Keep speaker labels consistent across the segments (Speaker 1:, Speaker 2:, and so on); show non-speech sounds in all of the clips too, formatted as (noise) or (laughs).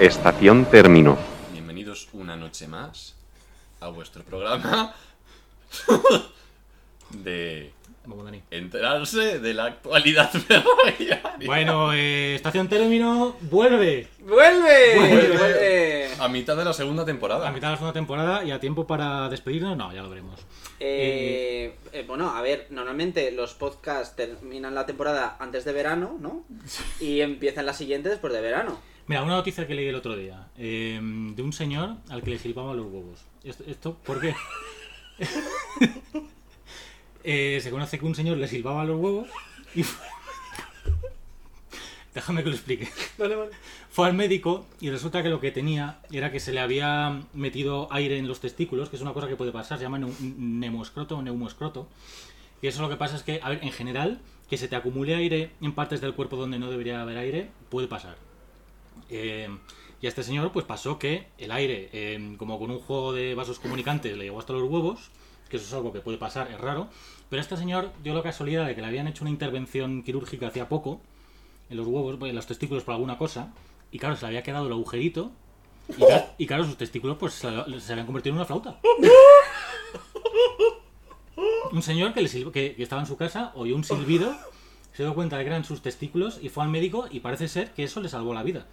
Speaker 1: Estación término.
Speaker 2: Bienvenidos una noche más a vuestro programa (laughs) de
Speaker 3: Vamos, Dani.
Speaker 2: enterarse de la actualidad ferroviaria.
Speaker 3: Bueno, eh, estación término, vuelve
Speaker 4: ¡Vuelve!
Speaker 3: Vuelve.
Speaker 4: ¡Vuelve!
Speaker 2: A mitad de la segunda temporada.
Speaker 3: a mitad de la segunda temporada y a tiempo para despedirnos. No, ya lo veremos.
Speaker 4: Eh, eh, bueno, a ver, normalmente los podcasts terminan la temporada antes de verano, (laughs) ¿no? Y empiezan la siguiente después de verano.
Speaker 3: Mira, una noticia que leí el otro día eh, de un señor al que le silbaban los huevos. ¿Esto, esto por qué? (laughs) Eh, se conoce que un señor le silbaba los huevos y fue- (laughs) Déjame que lo explique. Fue al médico y resulta que lo que tenía era que se le había metido aire en los testículos, que es una cosa que puede pasar, se llama neu- nemoescroto o neumoescroto. Y eso lo que pasa es que, a ver, en general, que se te acumule aire en partes del cuerpo donde no debería haber aire, puede pasar. Eh, y a este señor, pues pasó que el aire, eh, como con un juego de vasos comunicantes, le llegó hasta los huevos, que eso es algo que puede pasar, es raro. Pero a este señor dio la casualidad de que le habían hecho una intervención quirúrgica hacía poco, en los huevos, en los testículos por alguna cosa, y claro, se le había quedado el agujerito, y, ca- y claro, sus testículos pues se, se habían convertido en una flauta. Un señor que, le silb- que- que estaba en su casa oyó un silbido, se dio cuenta de que eran sus testículos y fue al médico y parece ser que eso le salvó la vida.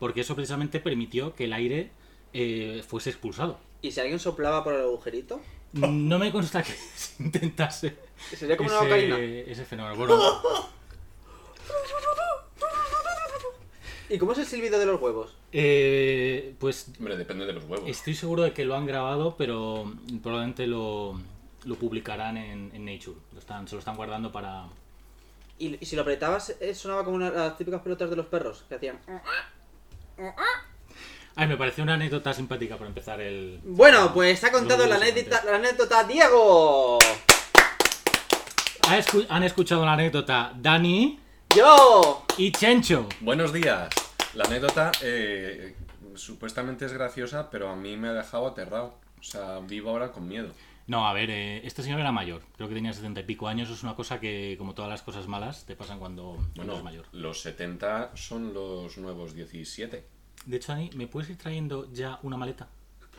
Speaker 3: Porque eso precisamente permitió que el aire eh, fuese expulsado.
Speaker 4: ¿Y si alguien soplaba por el agujerito?
Speaker 3: No me consta que (laughs) se intentase
Speaker 4: Sería como una ocarina.
Speaker 3: ese, ese fenómeno. Bueno,
Speaker 4: (laughs) ¿Y cómo es el silbido de los huevos?
Speaker 3: eh, pues
Speaker 2: Hombre, depende de los huevos.
Speaker 3: estoy seguro de que lo han grabado, pero probablemente lo, lo publicarán en, en Nature. Lo están, se lo están guardando para...
Speaker 4: ¿Y, y si lo apretabas eh, sonaba como una- las típicas pelotas de los perros que hacían?
Speaker 3: Ay, me pareció una anécdota simpática para empezar el...
Speaker 4: Bueno, pues ha contado
Speaker 3: Los
Speaker 4: la
Speaker 3: huevos
Speaker 4: anécdota,
Speaker 3: antes.
Speaker 4: la anécdota Diego.
Speaker 3: Ha escu- han escuchado la anécdota Dani
Speaker 4: Yo.
Speaker 3: y Chencho.
Speaker 2: Buenos días. La anécdota eh, supuestamente es graciosa, pero a mí me ha dejado aterrado. O sea, vivo ahora con miedo.
Speaker 3: No, a ver, eh, este señor era mayor. Creo que tenía setenta y pico años. Es una cosa que, como todas las cosas malas, te pasan cuando cuando
Speaker 2: Bueno,
Speaker 3: eres mayor.
Speaker 2: los 70 son los nuevos 17.
Speaker 3: De hecho, Dani, ¿me puedes ir trayendo ya una maleta?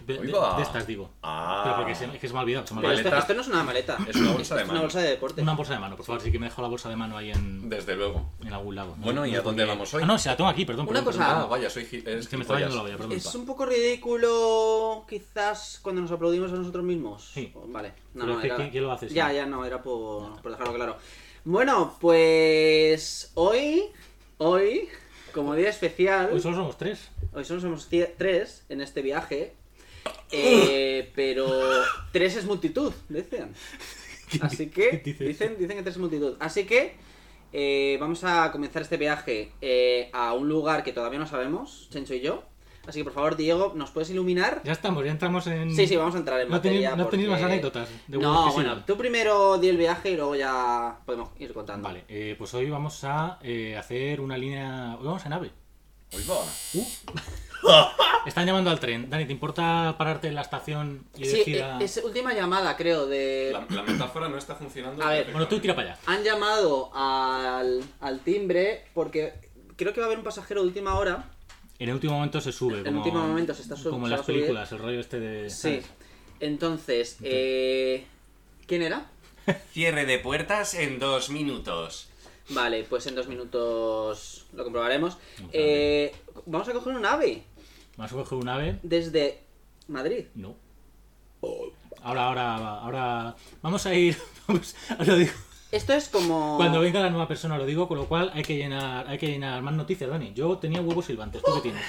Speaker 3: De,
Speaker 2: Ahí
Speaker 3: de-
Speaker 2: va.
Speaker 3: de estas, digo.
Speaker 2: Ah.
Speaker 3: Pero porque se, es que se me ha olvidado. se me ha
Speaker 4: Pero
Speaker 3: olvidado.
Speaker 4: esto,
Speaker 2: Maleta.
Speaker 4: esto no es una maleta.
Speaker 2: Es una bolsa de
Speaker 4: Es
Speaker 2: mano.
Speaker 4: una bolsa de deporte.
Speaker 3: Una bolsa de mano, por favor, sí que me dejo la bolsa de mano ahí en,
Speaker 2: Desde luego.
Speaker 3: en algún lado. No
Speaker 2: Bueno,
Speaker 3: sé-
Speaker 2: ¿y
Speaker 3: no
Speaker 2: a dónde
Speaker 3: sé por qué-
Speaker 2: vamos hoy?
Speaker 3: Ah, no, se la tengo aquí, perdón.
Speaker 4: Una
Speaker 3: perdón,
Speaker 4: cosa-
Speaker 3: perdón.
Speaker 2: Ah, vaya, soy... gi- Es
Speaker 3: Es que me estaba yendo la olla,
Speaker 2: gilipollas.
Speaker 3: perdón.
Speaker 4: Es un poco ridículo, quizás, cuando nos aplaudimos a nosotros mismos.
Speaker 3: Sí.
Speaker 4: Vale.
Speaker 3: Pero es que ¿quién- quién lo hace,
Speaker 4: Ya,
Speaker 3: sí?
Speaker 4: ya, no, era por, por dejarlo claro. Bueno, pues hoy, hoy, como día especial,
Speaker 3: Hoy solo somos tres.
Speaker 4: hoy solo somos tie- tres en este viaje,
Speaker 3: (laughs)
Speaker 4: eh, pero tres es multitud, dicen. Así que,
Speaker 3: dice
Speaker 4: dicen, dicen que tres es multitud. Así que, eh, vamos a comenzar este viaje eh, a un lugar que todavía no sabemos, Chencho y yo. Así que, por favor, Diego, ¿nos puedes iluminar?
Speaker 3: Ya estamos, ya entramos en.
Speaker 4: Sí, sí, vamos a entrar en
Speaker 3: Mm. No tenéis-
Speaker 4: materia.
Speaker 3: no tenéis
Speaker 4: porque-
Speaker 3: más anécdotas de huevos
Speaker 4: No,
Speaker 3: que
Speaker 4: bueno,
Speaker 3: sirvan.
Speaker 4: tú primero di el viaje y luego ya podemos ir contando.
Speaker 3: Vale, eh, pues hoy vamos a eh, hacer una línea. Hoy vamos en AVE.
Speaker 2: Ahí va.
Speaker 3: Están llamando al tren. Dani, ¿te importa pararte en la estación y
Speaker 4: Sí,
Speaker 3: decir a...
Speaker 4: eh, es última llamada, creo, de...
Speaker 2: La, la metáfora no está funcionando.
Speaker 4: A ver.
Speaker 3: Bueno, tú tira para allá.
Speaker 4: Han llamado al, al timbre porque creo que va a haber un pasajero de última hora.
Speaker 3: En el último momento se sube.
Speaker 4: En
Speaker 3: como,
Speaker 4: último momento se está sub-
Speaker 3: Como en
Speaker 4: se va
Speaker 3: las
Speaker 4: a subir.
Speaker 3: películas, el rollo este de...
Speaker 4: Sí.
Speaker 3: ¿sabes?
Speaker 4: Entonces, eh, ¿quién era?
Speaker 2: Cierre de puertas en dos minutos.
Speaker 4: Vale, pues en dos minutos lo comprobaremos.
Speaker 3: Vamos a
Speaker 4: Eh, vamos a coger un ave
Speaker 3: ¿Vas a coger un AVE?
Speaker 4: desde Madrid.
Speaker 3: No. Ahora, ahora, ahora... Vamos a ir... (laughs) Vamos, os lo digo.
Speaker 4: Esto es como...
Speaker 3: Cuando venga la nueva persona lo digo, con lo cual hay que llenar, hay que llenar más noticias, Dani. Yo tenía huevos silbantes, ¿tú qué tienes?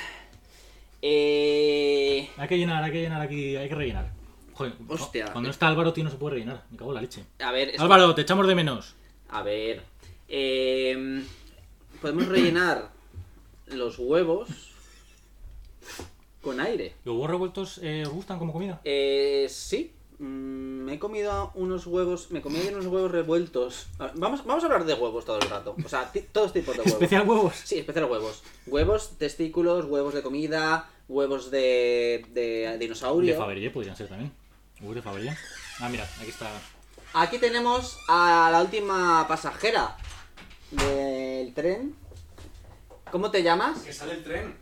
Speaker 4: Eh,
Speaker 3: Hay que llenar, hay que llenar aquí, hay que rellenar. Joder,
Speaker 4: Hostia.
Speaker 3: Cuando no está Álvaro, tío, no se puede rellenar. Me cago en la leche.
Speaker 4: a ver, es-
Speaker 3: Álvaro, te echamos de menos.
Speaker 4: A ver. eh, podemos rellenar los huevos con aire.
Speaker 3: ¿Los huevos revueltos eh, os gustan como comida?
Speaker 4: Eh, sí. Mm, Me he comido unos huevos. Me comí ayer unos huevos revueltos. A ver, Vamos, vamos a hablar de huevos todo el rato. O sea, ti- todos tipos de huevos.
Speaker 3: Especial huevos.
Speaker 4: Sí, especial huevos. Huevos, testículos, huevos de comida, huevos de, de dinosaurio.
Speaker 3: De Fabergé podrían ser también. Huevos de Fabergé. Ah, mira, aquí está.
Speaker 4: Aquí tenemos a la última pasajera del tren. ¿Cómo te llamas?
Speaker 2: Que sale el tren.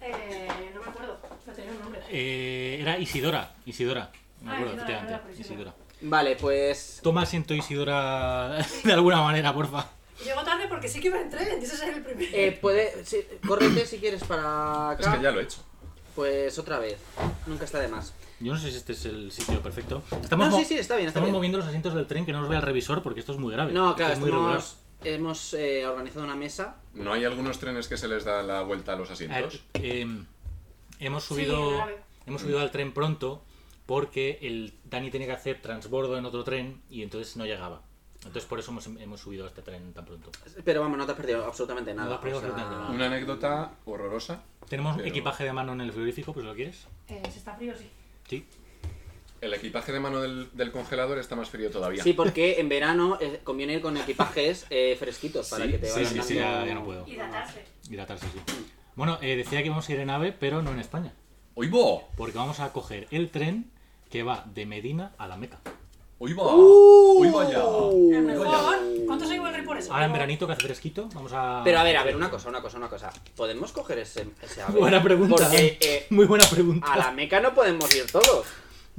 Speaker 1: Eh, no me acuerdo, no tenía un nombre.
Speaker 3: Eh, era Isidora, Isidora. Me
Speaker 1: Ah,
Speaker 3: acuerdo,
Speaker 1: Isidora,
Speaker 3: efectivamente.
Speaker 1: Isidora,
Speaker 3: Isidora.
Speaker 1: Isidora.
Speaker 4: Vale, pues.
Speaker 3: Toma asiento Isidora (laughs) de alguna manera, porfa.
Speaker 1: Llego tarde porque sí que iba en tren, entonces era el primero.
Speaker 4: Eh, puede. sí, córrete si quieres para
Speaker 2: Es
Speaker 4: acá.
Speaker 2: que ya lo he hecho.
Speaker 4: Pues otra vez. Nunca está de más.
Speaker 3: Yo no sé si este es el sitio perfecto. Estamos,
Speaker 4: no,
Speaker 3: mo-
Speaker 4: sí, sí, está bien, está
Speaker 3: estamos
Speaker 4: bien.
Speaker 3: moviendo los asientos del tren que no nos vea el revisor porque esto es muy grave.
Speaker 4: No,
Speaker 3: Esto
Speaker 4: claro,
Speaker 3: es muy irregular.
Speaker 4: estamos, hemos eh, organizado una mesa.
Speaker 2: ¿No hay algunos trenes que se les da la vuelta a los
Speaker 3: A ver,
Speaker 2: asientos?
Speaker 3: eh, hemos
Speaker 1: Sí,
Speaker 3: subido
Speaker 1: grave.
Speaker 3: hemos subido al tren pronto porque el Dani tenía que hacer transbordo en otro tren y entonces no llegaba. Entonces por eso hemos, hemos subido a este tren tan pronto.
Speaker 4: Pero vamos, no te has perdido absolutamente nada.
Speaker 3: No te has perdido
Speaker 4: o sea,
Speaker 3: absolutamente
Speaker 2: Una anécdota horrorosa.
Speaker 3: Tenemos
Speaker 2: Pero-
Speaker 3: equipaje de mano en el frigorífico, pues lo quieres.
Speaker 1: Eh, se está frío, sí.
Speaker 3: Sí.
Speaker 2: El equipaje de mano del, del congelador está más frío todavía.
Speaker 4: Sí, porque en verano eh, conviene ir con equipajes eh, fresquitos para
Speaker 2: Sí,
Speaker 4: que te
Speaker 3: Sí,
Speaker 4: vayan
Speaker 3: sí, sí,
Speaker 4: dando-
Speaker 3: ya, ya no puedo.
Speaker 1: Hidratarse.
Speaker 3: Hidratarse, sí. Bueno, eh, decía que íbamos a ir en AVE, pero no en España.
Speaker 2: ¡Oibo!
Speaker 3: Porque vamos a coger el tren que va de Medina a la Meca.
Speaker 2: ¡Oibo!
Speaker 4: ¡Uh!
Speaker 2: ¡Oibo ya!
Speaker 1: El mejor. ¿Cuánto se iba el rey por eso?
Speaker 4: Ah,
Speaker 3: Ahora en veranito que hace fresquito, vamos a...
Speaker 4: Pero a ver, a ver, una cosa, una cosa, una cosa. ¿Podemos coger ese, ese ave?
Speaker 3: Buena pregunta.
Speaker 4: Porque eh,
Speaker 3: Muy buena pregunta.
Speaker 4: a la meca no podemos ir todos.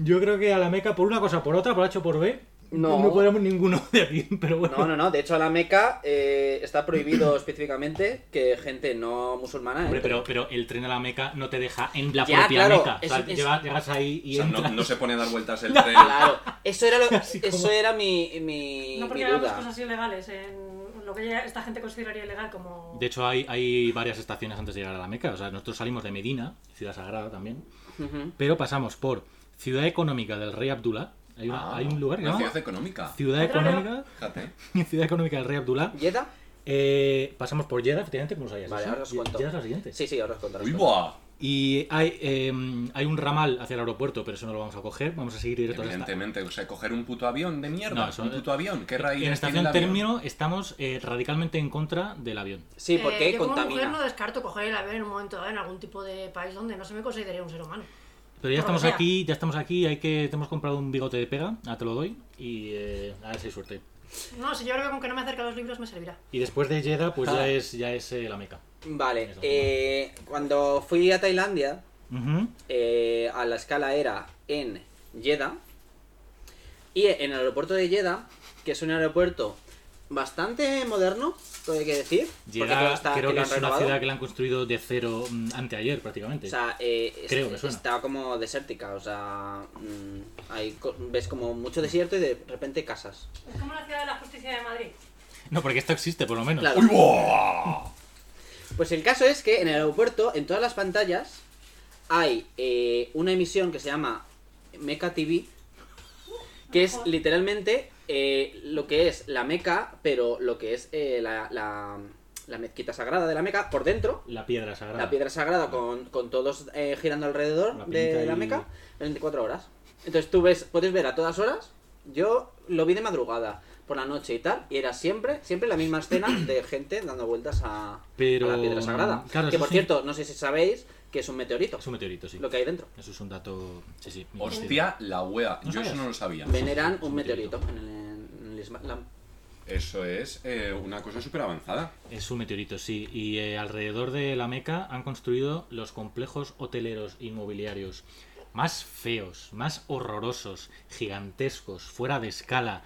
Speaker 3: Yo creo que a la Meca, por una cosa, por otra, por H o por B,
Speaker 4: No.
Speaker 3: no podemos ninguno de aquí, pero bueno.
Speaker 4: No, no, no. De hecho, a la meca eh, está prohibido (clears throat) específicamente que gente no musulmana. ¿eh?
Speaker 3: Hombre,
Speaker 4: entre.
Speaker 3: pero, pero el tren a la Meca no te deja en la
Speaker 4: Ya,
Speaker 3: propia
Speaker 4: claro,
Speaker 3: Meca. O sea,
Speaker 4: es- es-
Speaker 3: llegas, llegas ahí
Speaker 2: O
Speaker 3: y
Speaker 2: sea, no,
Speaker 3: entras.
Speaker 2: no se pone a dar vueltas
Speaker 3: (laughs)
Speaker 2: el tren.
Speaker 4: Claro, eso era, lo,
Speaker 3: Casi como-
Speaker 4: eso era mi, mi,
Speaker 1: No
Speaker 4: mi
Speaker 1: porque hagamos
Speaker 4: duda.
Speaker 1: cosas ilegales, en lo que ya esta gente consideraría ilegal como...
Speaker 3: De hecho, hay, hay varias estaciones antes de llegar a la Meca. O sea, nosotros salimos de Medina, ciudad sagrada también,
Speaker 4: Ujú.
Speaker 3: pero pasamos por Ciudad Económica del Rey Abdullah. Hay, una-
Speaker 2: Ah,
Speaker 3: hay un lugar que se
Speaker 2: Una
Speaker 3: llama
Speaker 2: ciudad económica.
Speaker 3: Ciudad
Speaker 1: Otro
Speaker 3: Económica, (laughs)
Speaker 2: Fíjate.
Speaker 3: Ciudad Económica del Rey Abdullah.
Speaker 4: ¿Yeta?
Speaker 3: Eh, pasamos por Jeddah, efectivamente, como sabías.
Speaker 4: Vale,
Speaker 3: eso.
Speaker 4: ahora os cuento.
Speaker 3: Jeddah es la siguiente.
Speaker 4: Sí, sí, ahora os contaré.
Speaker 2: ¡Oibo!
Speaker 3: Y hay, eh, hay un ramal hacia el aeropuerto, pero eso no lo vamos a coger. Vamos a seguir directos hasta.
Speaker 2: Evidentemente, o sea, coger un puto avión de mierda.
Speaker 3: No, eso-
Speaker 2: un puto avión. ¿Qué raíz
Speaker 3: En
Speaker 2: tiene el
Speaker 3: estación
Speaker 2: avión?
Speaker 3: término estamos eh, radicalmente en contra del avión.
Speaker 4: Sí,
Speaker 1: Eh,
Speaker 4: porque
Speaker 1: yo como mujer no
Speaker 4: contamina.
Speaker 1: descarto coger el avión en un momento dado en algún tipo de país donde no se me considere un ser humano.
Speaker 3: Pero ya
Speaker 1: Por lo
Speaker 3: estamos
Speaker 1: que sea.
Speaker 3: aquí, ya estamos aquí, hay que, te hemos comprado un bigote de pega, ahora te lo doy y eh, a ver si hay suerte.
Speaker 1: No, si yo creo que con que no me acerque a los libros me servirá.
Speaker 3: Y después de Jeddah, pues
Speaker 2: Ah.
Speaker 3: ya es, ya es eh, la meca.
Speaker 4: Vale,
Speaker 3: Eso.
Speaker 4: eh, cuando fui a Tailandia,
Speaker 3: Ujú.
Speaker 4: eh, a la escala era en Jeddah. Y en el aeropuerto de Jeddah, que es un aeropuerto bastante moderno, todo hay que decir. porque
Speaker 3: Jeddah
Speaker 4: está-
Speaker 3: creo
Speaker 4: lo
Speaker 3: que,
Speaker 4: han
Speaker 3: es una
Speaker 4: renovado.
Speaker 3: ciudad que la han construido de cero mm, anteayer prácticamente.
Speaker 4: O sea, eh, es-
Speaker 3: Creo que suena.
Speaker 4: está como desértica, o sea, mm, hay co- ves como mucho desierto y de repente casas.
Speaker 1: Es como la ciudad de la justicia de Madrid.
Speaker 3: no, porque esto existe por lo menos.
Speaker 4: Claro.
Speaker 2: ¡Oibo!
Speaker 4: Pues el caso es que en el aeropuerto, en todas las pantallas, hay eh, una emisión que se llama Meca TV, que es literalmente eh, lo que es la Meca, pero lo que es eh, la, la, la mezquita sagrada de la Meca por dentro.
Speaker 3: La piedra sagrada.
Speaker 4: La piedra sagrada con, con todos eh, girando
Speaker 3: La
Speaker 4: alrededor
Speaker 3: peñita
Speaker 4: de la
Speaker 3: y-
Speaker 4: Meca 24 horas. Entonces tú ves, puedes ver a todas horas. Yo lo vi de madrugada, por la noche y tal, y era siempre, siempre la misma escena de gente dando vueltas a,
Speaker 3: Pero, mm,
Speaker 4: a la piedra sagrada.
Speaker 3: claro,
Speaker 4: que
Speaker 3: eso
Speaker 4: por
Speaker 3: sí.
Speaker 4: cierto, no sé si sabéis que es un meteorito,
Speaker 3: Es un meteorito, sí.
Speaker 4: lo que hay dentro.
Speaker 3: Eso es un dato... Sí, sí.
Speaker 2: Hostia, la wea.
Speaker 3: ¿No
Speaker 2: Yo eso
Speaker 3: sabías?
Speaker 2: no lo sabía.
Speaker 4: Veneran
Speaker 3: es un
Speaker 4: un
Speaker 3: meteorito.
Speaker 4: meteorito en el, en el Isma- la-
Speaker 2: Eso es eh, una cosa súper avanzada.
Speaker 3: Es un meteorito, sí. Y eh, alrededor de la Meca han construido los complejos hoteleros inmobiliarios más feos, más horrorosos, gigantescos, fuera de escala,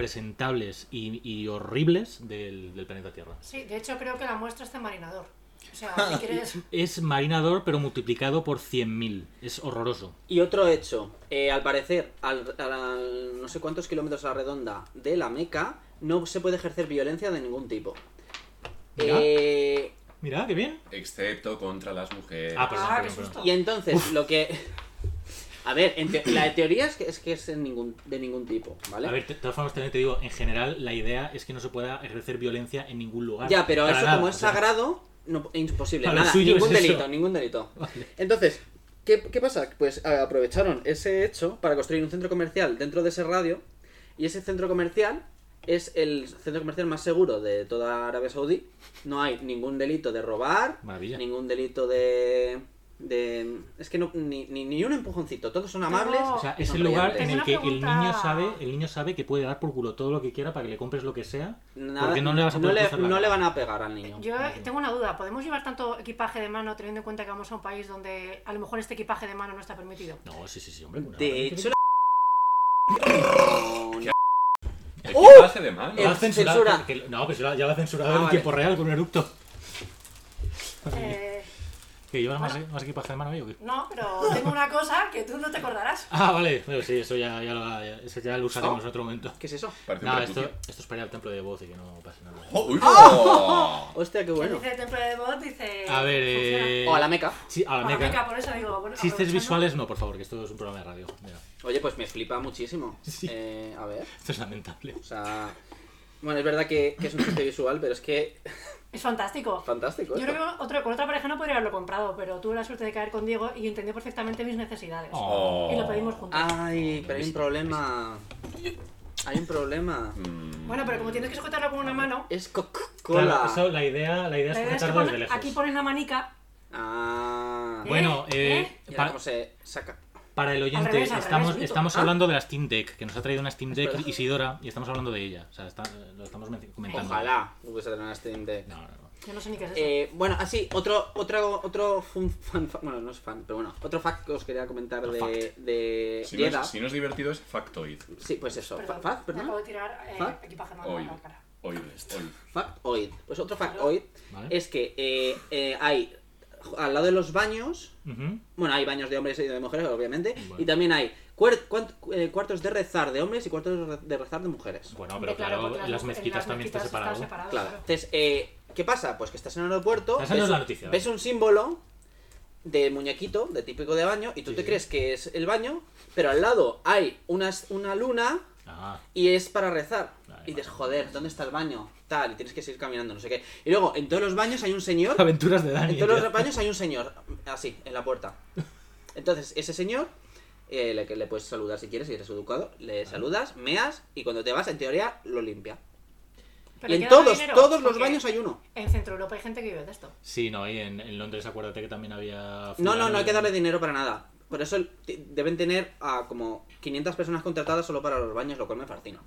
Speaker 3: impresentables y, y horribles del, del planeta Tierra.
Speaker 1: Sí, de hecho creo que la muestra está en Marinador. O sea,
Speaker 4: (laughs)
Speaker 1: si quieres...
Speaker 3: Es marinador, pero multiplicado por 100.000. Es horroroso.
Speaker 4: Y otro hecho, eh, al parecer, al, al- al no sé cuántos kilómetros a la redonda de la Meca, no se puede ejercer violencia de ningún tipo.
Speaker 3: Mira.
Speaker 4: Eh,
Speaker 3: Mira, qué bien.
Speaker 2: Excepto contra las mujeres.
Speaker 3: Ah, perdón,
Speaker 1: Ah,
Speaker 3: perdón,
Speaker 1: qué
Speaker 3: perdón.
Speaker 1: susto.
Speaker 4: y entonces, lo que... (laughs) A ver, en teo- la teoría es que es, que es en ningún, de ningún tipo, ¿vale?
Speaker 3: A ver, de todas formas también te digo, en general la idea es que no se pueda ejercer violencia en ningún lugar.
Speaker 4: ya, pero
Speaker 3: Para
Speaker 4: eso
Speaker 3: nada,
Speaker 4: como
Speaker 3: o
Speaker 4: es
Speaker 3: sea,
Speaker 4: sagrado, no, es imposible.
Speaker 3: A (laughs) lo
Speaker 4: Nada,
Speaker 3: suyo
Speaker 4: ningún
Speaker 3: es eso.
Speaker 4: delito, ningún delito.
Speaker 3: (laughs) Vale.
Speaker 4: Entonces, ¿qué, qué pasa? Pues eh, aprovecharon ese hecho para construir un centro comercial dentro de ese radio y ese centro comercial es el centro comercial más seguro de toda Arabia Saudí. No hay ningún delito de robar,
Speaker 3: Maravilla.
Speaker 4: ningún delito de de- es que no, ni, ni, ni un empujoncito, todos son amables.
Speaker 1: No.
Speaker 3: O sea,
Speaker 4: y
Speaker 3: es el lugar en
Speaker 4: sonrientes.
Speaker 3: el
Speaker 1: Tengo
Speaker 3: que
Speaker 1: una
Speaker 3: el
Speaker 1: pregunta.
Speaker 3: niño sabe, el niño sabe que puede dar por culo todo lo que quiera para que le compres lo que sea,
Speaker 4: Nada-
Speaker 3: porque no le vas a
Speaker 4: no
Speaker 3: poder
Speaker 4: le,
Speaker 3: cruzar la
Speaker 4: no le
Speaker 3: calle.
Speaker 4: van a pegar al niño.
Speaker 1: Yo tengo una duda, ¿podemos llevar tanto equipaje de mano teniendo en cuenta que vamos a un país donde a lo mejor este equipaje de mano no está permitido?
Speaker 3: No, sí, sí, sí, hombre. pues,
Speaker 4: De
Speaker 3: ahora-
Speaker 4: hecho, la-
Speaker 3: ¡Oh!
Speaker 2: Equipaje de mano.
Speaker 3: Lo ha
Speaker 4: Eh,
Speaker 3: censurado,
Speaker 4: censura.
Speaker 3: que- que- no, pero si lo ha- ya lo ha censurado
Speaker 4: Ah,
Speaker 3: en
Speaker 4: vale.
Speaker 3: tiempo real con un eructo.
Speaker 1: Eh,
Speaker 3: ¿Que llevas más, más equipaje de mano ahí o qué?
Speaker 1: no, pero tengo una cosa que tú no te acordarás.
Speaker 3: Ah, vale. Bueno, sí, eso ya, ya, lo, ha- ya- eso ya lo usaremos en otro momento.
Speaker 4: ¿Qué es eso?
Speaker 2: Parece un
Speaker 3: No, esto,
Speaker 2: prepucio.
Speaker 3: esto es para ir al templo de voz y que no pasa nada.
Speaker 2: ¡Oh, uy,
Speaker 3: ¡Ah!
Speaker 2: oh!
Speaker 4: Hostia, qué
Speaker 1: Bueno.
Speaker 4: bueno.
Speaker 1: Dice el templo de Bot, dice...
Speaker 3: A ver, este eh...
Speaker 4: O a la meca.
Speaker 3: Sí, a la
Speaker 1: Bueno,
Speaker 3: meca.
Speaker 1: venga, por eso digo... bueno,
Speaker 3: Chistes
Speaker 1: aprovechando.
Speaker 3: visuales no, por favor, que esto es un programa de radio. Mira,
Speaker 4: Oye, pues me flipa muchísimo.
Speaker 3: (laughs) Sí.
Speaker 4: Eh, a ver,
Speaker 3: esto es lamentable.
Speaker 4: o sea... Bueno, es verdad que, que es un chiste visual, pero es que
Speaker 1: Es fantástico.
Speaker 4: fantástico.
Speaker 1: Yo
Speaker 4: esto.
Speaker 1: creo que otro- con otra pareja no podría haberlo comprado, pero tuve la suerte de caer con Diego y entendió perfectamente mis necesidades.
Speaker 3: Oh.
Speaker 1: Y lo pedimos juntos.
Speaker 4: Ah. Ay, pero hay un problema. Hay un problema.
Speaker 2: Mm.
Speaker 1: Bueno, pero como tienes que sujetarlo con una mano,
Speaker 4: Es
Speaker 3: Claro,
Speaker 4: Coca-Cola.
Speaker 3: eso, la idea, la idea es
Speaker 1: la idea es que
Speaker 3: sujetarlo desde
Speaker 1: pones-
Speaker 3: lejos.
Speaker 1: aquí pones la manica
Speaker 4: Ah.
Speaker 1: ¿Eh?
Speaker 3: Bueno, eh,
Speaker 4: ¿Y ahora
Speaker 3: pa-
Speaker 4: cómo se saca?
Speaker 3: para el oyente,
Speaker 1: Al revés, al
Speaker 3: estamos,
Speaker 1: revés,
Speaker 3: estamos
Speaker 4: Ah.
Speaker 3: hablando de la Steam Deck, que nos ha traído una Steam Deck
Speaker 4: Espera.
Speaker 3: Isidora y estamos hablando de ella. O sea, está- lo estamos men- comentando.
Speaker 4: Ojalá hubiese tenido una Steam Deck.
Speaker 3: No, no, no.
Speaker 1: Yo no sé ni qué es eso.
Speaker 4: Eh, bueno, así, otro, otro, otro fun- fan, fan- bueno, no es fan, pero bueno, otro fact que os quería comentar de, de
Speaker 2: Si no,
Speaker 4: Yeda.
Speaker 2: es, si no es divertido, es factoid.
Speaker 4: Sí, pues eso, fa-
Speaker 1: Perdón,
Speaker 4: fact,
Speaker 1: me acabo
Speaker 4: perdón,
Speaker 1: de tirar eh,
Speaker 4: Fact.
Speaker 1: equipaje de mano
Speaker 2: Hoy.
Speaker 1: a la cara.
Speaker 2: Hoy. Hoy.
Speaker 4: factoid. Pues otro factoid
Speaker 3: Vale.
Speaker 4: es que eh, eh, hay, al lado de los baños,
Speaker 3: Ujú.
Speaker 4: Bueno, hay baños de hombres y de mujeres, obviamente.
Speaker 3: Bueno.
Speaker 4: Y también hay cuer- cuant- eh, cuartos de rezar de hombres y cuartos de re- de rezar de mujeres.
Speaker 3: Bueno, pero
Speaker 1: Hombre,
Speaker 3: claro,
Speaker 1: porque
Speaker 3: en las mezquitas también está
Speaker 1: mezquitas
Speaker 3: separado.
Speaker 1: separadas,
Speaker 4: Claro.
Speaker 1: claro.
Speaker 4: Entonces, eh, ¿qué pasa? Pues que estás en el aeropuerto,
Speaker 3: Esa no es
Speaker 4: ves,
Speaker 3: la noticia.
Speaker 4: ves un símbolo de muñequito, de típico de baño, y tú
Speaker 3: Sí,
Speaker 4: te
Speaker 3: sí.
Speaker 4: crees que es el baño, pero al lado hay una, una luna
Speaker 3: Ah,
Speaker 4: y es para rezar.
Speaker 3: Vale,
Speaker 4: y dices,
Speaker 3: vale.
Speaker 4: joder, ¿dónde está el baño? Tal, y tienes que seguir caminando, no sé qué. Y luego, en todos los baños hay
Speaker 3: (laughs)
Speaker 4: un señor
Speaker 3: aventuras de Dani.
Speaker 4: En todos
Speaker 3: tío.
Speaker 4: los baños hay un señor, así, en la puerta. Entonces, ese señor, eh, le, que le puedes saludar si quieres, si eres educado, le saludas, meas y cuando te vas, en teoría, lo limpia.
Speaker 1: Pero
Speaker 4: y en
Speaker 1: queda
Speaker 4: todos,
Speaker 1: dinero,
Speaker 4: todos los
Speaker 1: porque
Speaker 4: baños hay uno.
Speaker 1: En Centro Europa hay gente que vive de esto.
Speaker 3: Sí, no, y en, en Londres acuérdate que también había...
Speaker 4: No, no, no hay que darle
Speaker 3: de...
Speaker 4: dinero para nada. Por eso t- deben tener a como 500 personas contratadas solo para los baños, lo cual me fascina.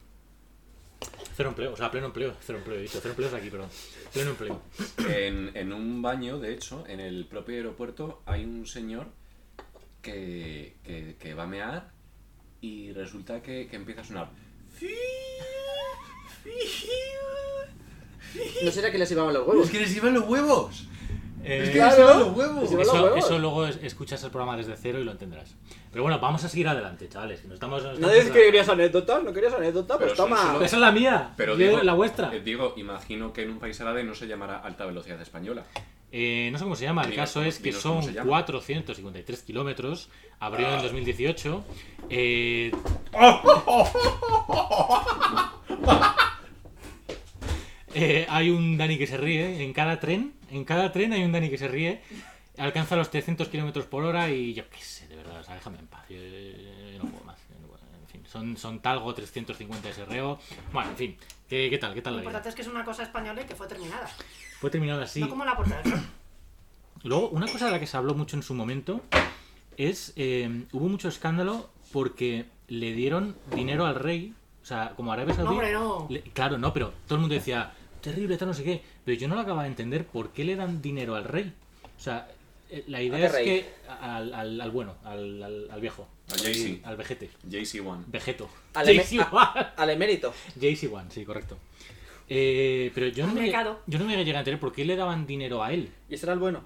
Speaker 3: Cero empleo, o sea, pleno empleo, cero empleo, he dicho, cero empleos aquí, perdón. Pleno empleo.
Speaker 2: En, en un baño, de hecho, en el propio aeropuerto, hay un señor que, que, que va a mear y resulta que, que empieza a sonar.
Speaker 4: No será que les iban los
Speaker 2: ¡Es
Speaker 4: huevos.
Speaker 2: que les iban los huevos! ¡Es
Speaker 3: Eh,
Speaker 2: que les
Speaker 4: Claro.
Speaker 2: iban los huevos!
Speaker 4: Les iban los
Speaker 3: Eso,
Speaker 4: huevos.
Speaker 3: eso luego es- escuchas el programa desde cero y lo entenderás. Pero bueno, vamos a seguir adelante, chavales. que nos estamos, nos
Speaker 4: No
Speaker 3: estamos-
Speaker 4: dices que querías anécdotas, no querías anécdotas,
Speaker 2: Pero
Speaker 4: pues
Speaker 2: son
Speaker 4: toma.
Speaker 2: solo-
Speaker 3: Esa es la mía.
Speaker 2: Pero
Speaker 3: Yo-
Speaker 2: digo,
Speaker 3: la vuestra.
Speaker 2: eh, digo, imagino que en un país árabe no se llamará alta velocidad española.
Speaker 3: Eh, no sé cómo se llama, el
Speaker 2: Dinos,
Speaker 3: caso es que
Speaker 2: dinos cómo
Speaker 3: son
Speaker 2: se llama. Ah.
Speaker 3: 453 kilómetros, abrió en 2018.
Speaker 2: (laughs)
Speaker 3: eh, eh, hay un Dani que se ríe en cada tren, en cada tren hay un Dani que se ríe, alcanza los 300 kilómetros por hora y yo qué sé, de verdad, o sea, déjame en paz, yo, yo no puedo más. yo no puedo, en fin, son, son Talgo 350 SRO. Bueno, en fin, ¿qué, qué tal? ¿Qué tal
Speaker 1: Lo
Speaker 3: la vida?
Speaker 1: importante es que es una cosa española y que fue terminada.
Speaker 3: Fue terminada así.
Speaker 1: No como la portada.
Speaker 3: (coughs)
Speaker 1: ¿no?
Speaker 3: Luego, una cosa de la que se habló mucho en su momento es. eh, hubo mucho escándalo porque le dieron dinero al rey. O sea, como Arabia Saudí.
Speaker 1: hombre, no.
Speaker 3: le- claro, no, pero todo el mundo decía, terrible, tal, no sé qué. Pero yo no lo acababa de entender por qué le dan dinero al rey. O sea, eh, la idea
Speaker 4: qué
Speaker 3: es
Speaker 4: rey?
Speaker 3: que. Al, al- al bueno, al, al- al viejo.
Speaker 2: A Jay-Z.
Speaker 3: Al vejete.
Speaker 2: JC1.
Speaker 3: Vejeto.
Speaker 4: Al,
Speaker 3: Jay-Z. (laughs)
Speaker 4: eme- a- al emérito.
Speaker 3: JC1, sí, correcto. Eh, pero yo no, me,
Speaker 1: Americano.
Speaker 3: yo no me llegué a entender por qué le daban dinero a él.
Speaker 4: Y ese era el bueno.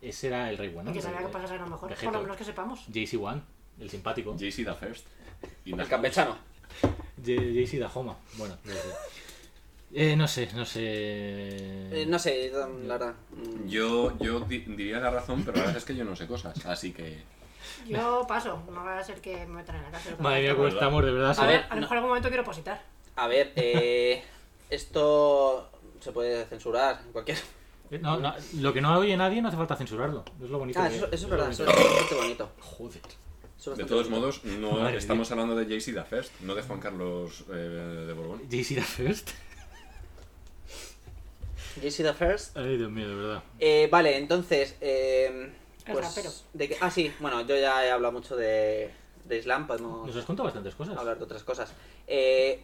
Speaker 3: Ese era el rey bueno.
Speaker 1: Y que
Speaker 3: el
Speaker 1: sabía
Speaker 3: rey-
Speaker 1: que pasase a lo mejor.
Speaker 3: Vegeto.
Speaker 1: Por lo menos que
Speaker 3: (laughs)
Speaker 1: sepamos.
Speaker 3: JC1, el simpático.
Speaker 2: JC da first. Y
Speaker 4: El
Speaker 2: nada.
Speaker 4: campechano.
Speaker 2: Mm.
Speaker 3: J- JC da Homa. Bueno, no sé. Eh, no sé, no sé.
Speaker 4: Eh, no sé, la verdad. Mm.
Speaker 2: Yo, yo di- diría la razón, pero la verdad es que yo no sé cosas, así que...
Speaker 1: Yo paso. No va a ser que me metan en la cárcel.
Speaker 3: Madre mía,
Speaker 1: a,
Speaker 3: cómo
Speaker 2: Verdad.
Speaker 3: estamos, de verdad.
Speaker 4: A ver,
Speaker 1: lo mejor algún momento quiero positar.
Speaker 4: A ver,
Speaker 2: (laughs)
Speaker 4: eh, esto se puede censurar en cualquier...
Speaker 3: Eh, no, no, lo que no oye nadie no hace falta censurarlo. Es lo bonito.
Speaker 4: Ah,
Speaker 3: que-
Speaker 4: eso, eso es
Speaker 3: lo
Speaker 4: verdad,
Speaker 2: (laughs)
Speaker 4: eso
Speaker 3: bonito.
Speaker 4: es bastante bonito.
Speaker 3: Joder.
Speaker 4: Eso es
Speaker 2: De
Speaker 4: bastante
Speaker 2: todos
Speaker 4: bonito.
Speaker 2: modos, no
Speaker 3: Madre
Speaker 2: estamos hablando de JC da First, no de Juan Carlos eh, de Borbón.
Speaker 3: JC da First.
Speaker 4: JC the First.
Speaker 3: Ay, Dios mío, de verdad.
Speaker 4: Eh, vale, entonces, eh,
Speaker 1: El rapero.
Speaker 4: de que- ah, sí, bueno, yo ya he hablado mucho de, de Islam, podemos
Speaker 3: Nos has contado bastantes cosas.
Speaker 4: hablar de otras cosas. Eh,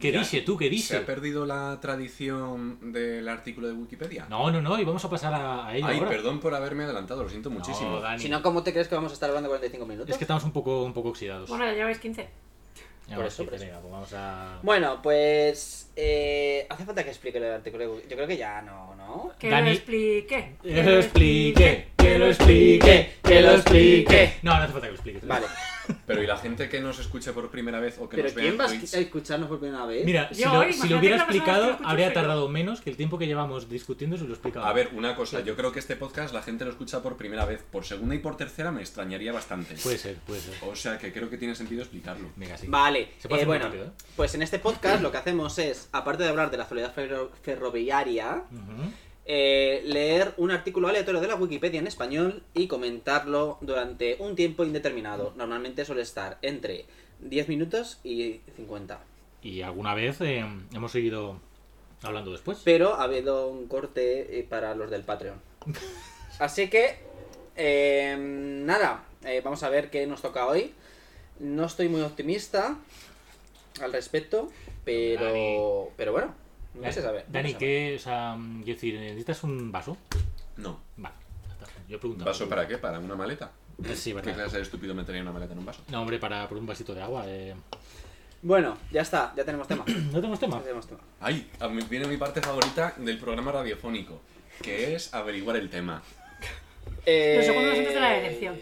Speaker 3: ¿Qué
Speaker 2: Mira,
Speaker 3: dice tú? ¿Qué
Speaker 2: ¿Se
Speaker 3: dice?
Speaker 2: ha perdido la tradición del artículo de Wikipedia?
Speaker 3: No, no, no, y vamos a pasar a, a ello
Speaker 2: Ay,
Speaker 3: ahora.
Speaker 2: perdón por haberme adelantado, lo siento
Speaker 3: No,
Speaker 2: muchísimo.
Speaker 3: Dani,
Speaker 4: si no, ¿cómo te crees que vamos a estar hablando 45 minutos?
Speaker 3: es que estamos un poco, un poco oxidados.
Speaker 1: Bueno, ya lleváis 15.
Speaker 3: Ya
Speaker 4: por
Speaker 3: va,
Speaker 4: eso,
Speaker 3: sí,
Speaker 4: por
Speaker 3: venga, pues vamos a...
Speaker 4: Bueno, pues. eh, hace falta que explique lo del artículo de Google. Yo creo que ya no, ¿no?
Speaker 1: Que
Speaker 3: Dani.
Speaker 1: lo explique.
Speaker 3: Que lo explique, que lo explique, que lo explique. No, no hace falta que lo expliques.
Speaker 4: Vale.
Speaker 2: Pero ¿y la gente que nos escuche por primera vez o que
Speaker 4: Pero
Speaker 2: nos vea en
Speaker 4: ¿quién va a
Speaker 2: Twitch?
Speaker 4: escu- a escucharnos por primera vez?
Speaker 3: Mira, si
Speaker 1: Yo,
Speaker 3: lo,
Speaker 1: imagínate
Speaker 3: si lo hubiera
Speaker 1: que la persona que lo
Speaker 3: explicado,
Speaker 1: escucha
Speaker 3: habría
Speaker 1: soy yo.
Speaker 3: tardado menos que el tiempo que llevamos discutiendo si lo he explicado.
Speaker 2: A ver, una cosa,
Speaker 3: Sí.
Speaker 2: yo creo que este podcast la gente lo escucha por primera vez. Por segunda y por tercera me extrañaría bastante.
Speaker 3: Puede ser, puede ser.
Speaker 2: O sea que creo que tiene sentido explicarlo.
Speaker 3: Venga, sí.
Speaker 4: Vale,
Speaker 3: Se puede
Speaker 4: eh,
Speaker 3: hacer muy
Speaker 4: bueno,
Speaker 3: rápido, ¿eh?
Speaker 4: pues en este podcast lo que hacemos es, aparte de hablar de la actualidad ferro- ferroviaria,
Speaker 3: Ujú.
Speaker 4: eh, leer un artículo aleatorio de la Wikipedia en español y comentarlo durante un tiempo indeterminado. Normalmente suele estar entre 10 minutos y 50.
Speaker 3: Y alguna vez eh, hemos seguido hablando después.
Speaker 4: Pero ha habido un corte eh, para los
Speaker 3: (laughs)
Speaker 4: del Patreon. Así que, eh, nada, eh, vamos a ver qué nos toca hoy. No estoy muy optimista al respecto, pero,
Speaker 3: Dani.
Speaker 4: pero bueno, no se sabe. no
Speaker 3: Dani,
Speaker 4: se sabe.
Speaker 3: ¿qué? O sea, mm, quiero decir, ¿necesitas un vaso?
Speaker 2: No.
Speaker 3: Vale. ya está. Yo he preguntado.
Speaker 2: ¿Vaso para qué? ¿Para una maleta?
Speaker 3: Sí,
Speaker 2: ¿Qué
Speaker 3: verdad.
Speaker 2: clase de estúpido metería una maleta en un vaso?
Speaker 3: No, hombre, para por un vasito de agua. eh.
Speaker 4: Bueno, ya está, ya tenemos
Speaker 3: (coughs)
Speaker 4: tema.
Speaker 3: ¿No tenemos tema?
Speaker 4: Ya tenemos tema.
Speaker 2: Ay, a mí viene mi parte favorita del programa radiofónico, que es averiguar el tema.
Speaker 4: Eh,
Speaker 1: segundos antes de la elección.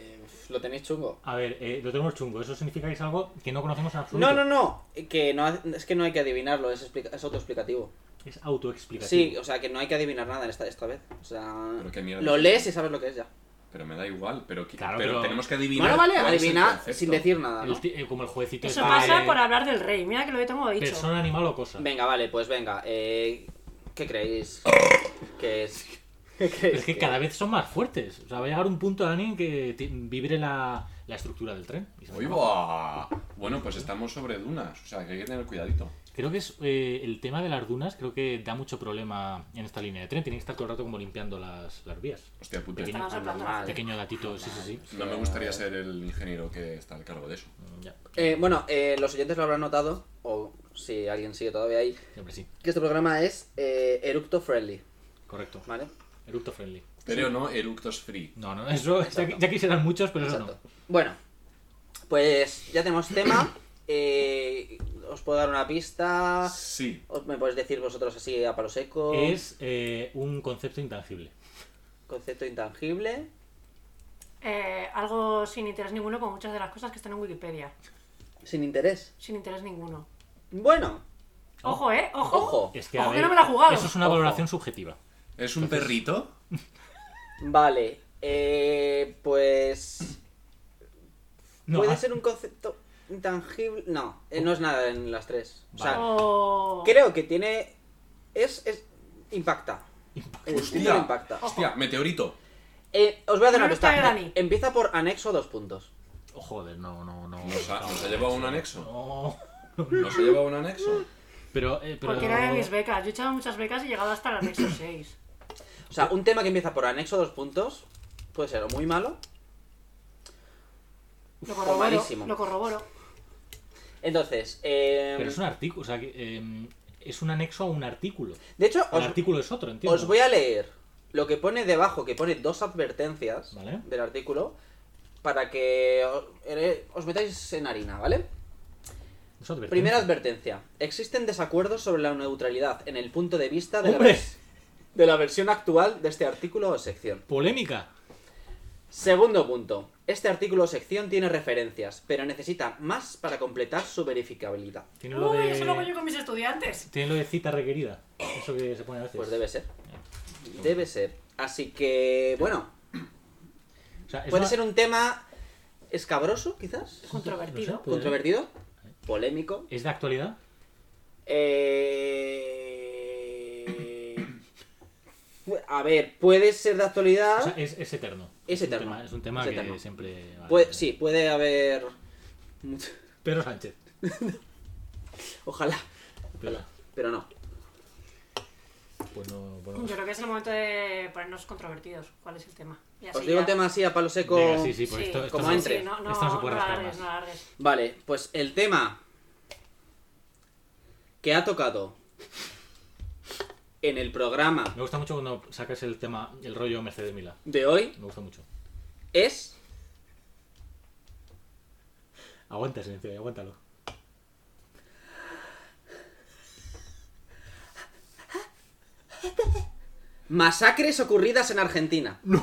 Speaker 4: Lo tenéis chungo.
Speaker 3: A ver, eh, lo tenemos chungo. Eso significa que es algo que no conocemos en absoluto.
Speaker 4: No, no, no, que no, ha- es que no hay que adivinarlo, es, explica- es autoexplicativo.
Speaker 3: Es autoexplicativo.
Speaker 4: Sí, o sea, que no hay que adivinar nada en esta, esta vez. O sea,
Speaker 2: Pero qué mierda.
Speaker 4: lo lees y sabes lo que es ya.
Speaker 2: Pero me da igual, pero, qui-
Speaker 3: Claro,
Speaker 2: pero
Speaker 3: pero-
Speaker 2: tenemos que adivinar.
Speaker 4: Bueno, vale,
Speaker 2: cuál es el
Speaker 4: adivina
Speaker 2: concepto.
Speaker 4: sin decir nada. ¿no?
Speaker 3: El ti- eh, como el jueguecito
Speaker 1: Eso
Speaker 3: este
Speaker 1: pasa
Speaker 3: de
Speaker 1: por hablar del rey. Mira que lo tengo dicho.
Speaker 3: persona, animal o cosa.
Speaker 4: Venga, vale, pues venga. Eh, ¿Qué creéis? ¿Qué es? ¿Qué creéis?
Speaker 3: Es que cada vez son más fuertes. O sea, va a llegar un punto, Dani, en que ti- vibre la, la estructura del tren. Y se
Speaker 2: Uy,
Speaker 3: acaba.
Speaker 2: buah. Bueno, pues estamos sobre dunas, o sea que hay que tener cuidadito.
Speaker 3: Creo que es eh, el tema de las dunas, creo que da mucho problema en esta línea de tren. Tienen que estar todo el rato como limpiando las, las vías.
Speaker 2: Hostia puta.
Speaker 3: Pequeño-
Speaker 1: Estaban soplando.
Speaker 4: Normal.
Speaker 3: Pequeño datito, sí, sí, sí.
Speaker 2: No me gustaría ser el ingeniero que está al cargo de eso.
Speaker 3: Mm, Ya,
Speaker 4: Eh, bueno, eh, los oyentes lo habrán notado, o si alguien sigue todavía ahí,
Speaker 3: siempre sí.
Speaker 4: que este programa es eh, eructo friendly,
Speaker 3: Correcto.
Speaker 4: ¿vale?
Speaker 3: Eructo friendly.
Speaker 2: Pero no eructos free.
Speaker 3: No, no, eso ya, ya quisieran muchos, pero eso no.
Speaker 4: Bueno, pues ya tenemos tema. Eh, os puedo dar una pista.
Speaker 2: Sí.
Speaker 4: ¿Os me podéis decir vosotros así a palo seco.
Speaker 3: Es eh, un concepto intangible.
Speaker 4: Concepto intangible.
Speaker 1: Eh, algo sin interés ninguno, como muchas de las cosas que están en Wikipedia.
Speaker 4: Sin interés.
Speaker 1: Sin interés ninguno.
Speaker 4: Bueno,
Speaker 1: Ojo, ¿eh? Ojo.
Speaker 4: Ojo.
Speaker 3: Es que,
Speaker 1: Ojo
Speaker 3: a
Speaker 1: que
Speaker 3: ver,
Speaker 1: no me la he jugado.
Speaker 3: Eso es una
Speaker 4: Ojo.
Speaker 3: valoración subjetiva.
Speaker 2: ¿Es un perrito?
Speaker 4: Vale, eh, pues...
Speaker 3: No,
Speaker 4: ¿Puede
Speaker 3: ah,
Speaker 4: ser un concepto intangible? No, eh, no es nada en las tres. O sea,
Speaker 1: Oh.
Speaker 4: creo que tiene... Es... es... impacta. El título impacta.
Speaker 2: Hostia, meteorito.
Speaker 4: Eh, os voy a dar
Speaker 1: No
Speaker 4: una
Speaker 1: lo
Speaker 4: pista.
Speaker 1: sabe Dani.
Speaker 4: Empieza por anexo dos puntos.
Speaker 3: Joder, no, no, no.
Speaker 2: Nos ha, nos ha llevado un anexo.
Speaker 3: No.
Speaker 2: Nos ha llevado un anexo.
Speaker 3: Pero, eh, pero...
Speaker 1: Porque era de mis becas. Yo he echado muchas becas y he llegado hasta
Speaker 4: (coughs)
Speaker 1: el anexo 6.
Speaker 4: O sea, un tema que empieza por anexo dos puntos puede ser o muy malo.
Speaker 1: Lo
Speaker 4: o
Speaker 1: corroboro.
Speaker 4: malísimo.
Speaker 1: Lo corroboro.
Speaker 4: Entonces, eh,
Speaker 3: Pero es un artículo, o sea, que, eh, es un anexo a un artículo.
Speaker 4: de hecho,
Speaker 3: El
Speaker 4: os,
Speaker 3: artículo es otro, entiendo.
Speaker 4: os voy a leer lo que pone debajo, que pone dos advertencias
Speaker 3: Vale.
Speaker 4: del artículo, para que os, eh, os metáis en harina, ¿vale?
Speaker 3: Es advertencia.
Speaker 4: Primera advertencia. Existen desacuerdos sobre la neutralidad en el punto de vista de, la,
Speaker 3: ¡Hombre!
Speaker 4: vers- de la versión actual de este artículo o sección.
Speaker 3: Polémica.
Speaker 4: Segundo punto. Este artículo o sección tiene referencias, pero necesita más para completar su verificabilidad.
Speaker 3: Tiene lo,
Speaker 1: Uy, eso lo hago yo
Speaker 3: de...
Speaker 1: con mis estudiantes.
Speaker 3: Tiene lo de cita requerida. Eso que se pone a veces.
Speaker 4: Pues debe ser. Debe ser. Así que, bueno,
Speaker 3: O sea, es
Speaker 4: puede
Speaker 3: una-
Speaker 4: ser un tema escabroso, quizás.
Speaker 1: Controvertido.
Speaker 3: No sé, puede-
Speaker 4: Controvertido. Polémico.
Speaker 3: ¿Es de actualidad?
Speaker 4: Eh... A ver, puede ser de actualidad.
Speaker 3: O sea, eh, es, es eterno.
Speaker 4: Es
Speaker 3: un
Speaker 4: eterno.
Speaker 3: tema- es un tema
Speaker 4: Es
Speaker 3: que
Speaker 4: eterno.
Speaker 3: siempre... vale.
Speaker 4: Puede- sí, puede haber.
Speaker 3: Pedro Sánchez.
Speaker 4: (laughs) Ojalá,
Speaker 3: Pedro.
Speaker 4: pero no.
Speaker 5: pues no podemos.
Speaker 1: Yo creo que es el momento de ponernos controvertidos. ¿Cuál es el tema? Y así
Speaker 4: Os digo
Speaker 1: ya-
Speaker 4: el tema así a palo seco.
Speaker 3: Venga, sí, sí, pues
Speaker 1: Sí,
Speaker 3: esto, esto
Speaker 4: como
Speaker 3: no-
Speaker 4: entre.
Speaker 1: no, no,
Speaker 3: esto no se puede
Speaker 1: no
Speaker 3: rascar
Speaker 1: alargues,
Speaker 3: más.
Speaker 1: no alargues.
Speaker 4: Vale, pues el tema que ha tocado en el programa
Speaker 3: Me gusta mucho cuando sacas el tema, el rollo Mercedes Milá.
Speaker 4: de hoy
Speaker 3: Me gusta mucho.
Speaker 4: es
Speaker 3: Aguanta, silencio, ahí, aguántalo.
Speaker 4: masacres ocurridas en Argentina.
Speaker 1: Qué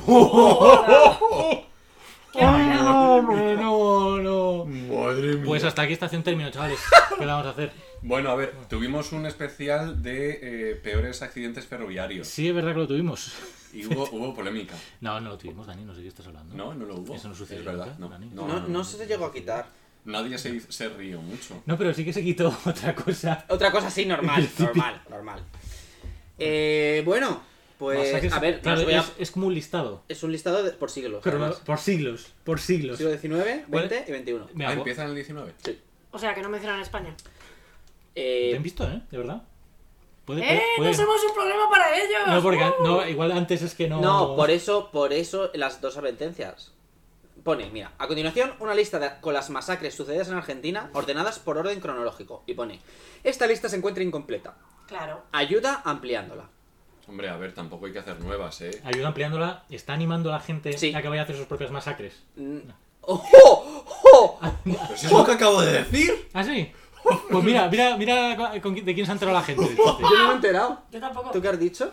Speaker 1: bueno.
Speaker 3: hombre, no, no.
Speaker 2: Madre mía.
Speaker 3: Pues hasta aquí estación término, chavales. ¿Qué le vamos a hacer?
Speaker 2: Bueno, a ver, tuvimos un especial de eh, peores accidentes ferroviarios.
Speaker 3: Sí, es verdad que lo tuvimos.
Speaker 2: Y hubo, hubo polémica.
Speaker 3: No, no lo tuvimos, Dani, no sé de qué estás hablando.
Speaker 2: No, no lo hubo.
Speaker 3: Eso no sucedió
Speaker 2: Es verdad.
Speaker 3: nunca,
Speaker 2: No,
Speaker 3: Dani.
Speaker 2: no,
Speaker 4: No,
Speaker 2: no.
Speaker 4: no se llegó a quitar.
Speaker 2: Nadie se, se rió mucho.
Speaker 3: No, pero sí que se quitó (laughs) otra cosa.
Speaker 4: Otra cosa así, (laughs) normal, normal, normal. Eh, bueno, pues
Speaker 3: Masacres-
Speaker 4: a ver, no
Speaker 3: claro,
Speaker 4: os voy a-
Speaker 3: es, es como un listado.
Speaker 4: es un listado de- por siglos.
Speaker 3: Pero
Speaker 4: además.
Speaker 3: por siglos, por siglos.
Speaker 4: Siglo XIX,
Speaker 3: Bueno.
Speaker 4: XX y XXI.
Speaker 3: Mira,
Speaker 2: Ah,
Speaker 3: po-
Speaker 2: empieza en el 19.
Speaker 1: O sea, que no mencionan España.
Speaker 3: Te
Speaker 4: Eh,
Speaker 3: han visto, ¿eh? De verdad. Puede,
Speaker 1: ¡Eh!
Speaker 3: puede-
Speaker 1: ¡No somos un problema para ellos!
Speaker 3: pues-
Speaker 1: ¡Uh!
Speaker 3: No, porque no, igual antes es que no.
Speaker 4: No, por eso, por eso las dos advertencias. Pone, mira, a continuación una lista de- con las masacres sucedidas en Argentina ordenadas por orden cronológico. Y pone, esta lista se encuentra incompleta.
Speaker 1: Claro.
Speaker 4: Ayuda ampliándola.
Speaker 2: Hombre, a ver, tampoco hay que hacer nuevas, ¿eh?
Speaker 3: Ayuda ampliándola, está animando a la gente
Speaker 4: Sí.
Speaker 3: a que vaya a hacer sus propias masacres.
Speaker 4: ¡Oh! ¡Oh!
Speaker 3: (laughs)
Speaker 4: ¡Oh!
Speaker 2: Pero si es lo que acabo de decir.
Speaker 3: ¿Ah, sí? Pues mira, mira, mira con- con quién- de quién se ha enterado la gente. entonces.
Speaker 4: Yo no me he enterado.
Speaker 1: Yo tampoco.
Speaker 4: ¿Tú qué has dicho?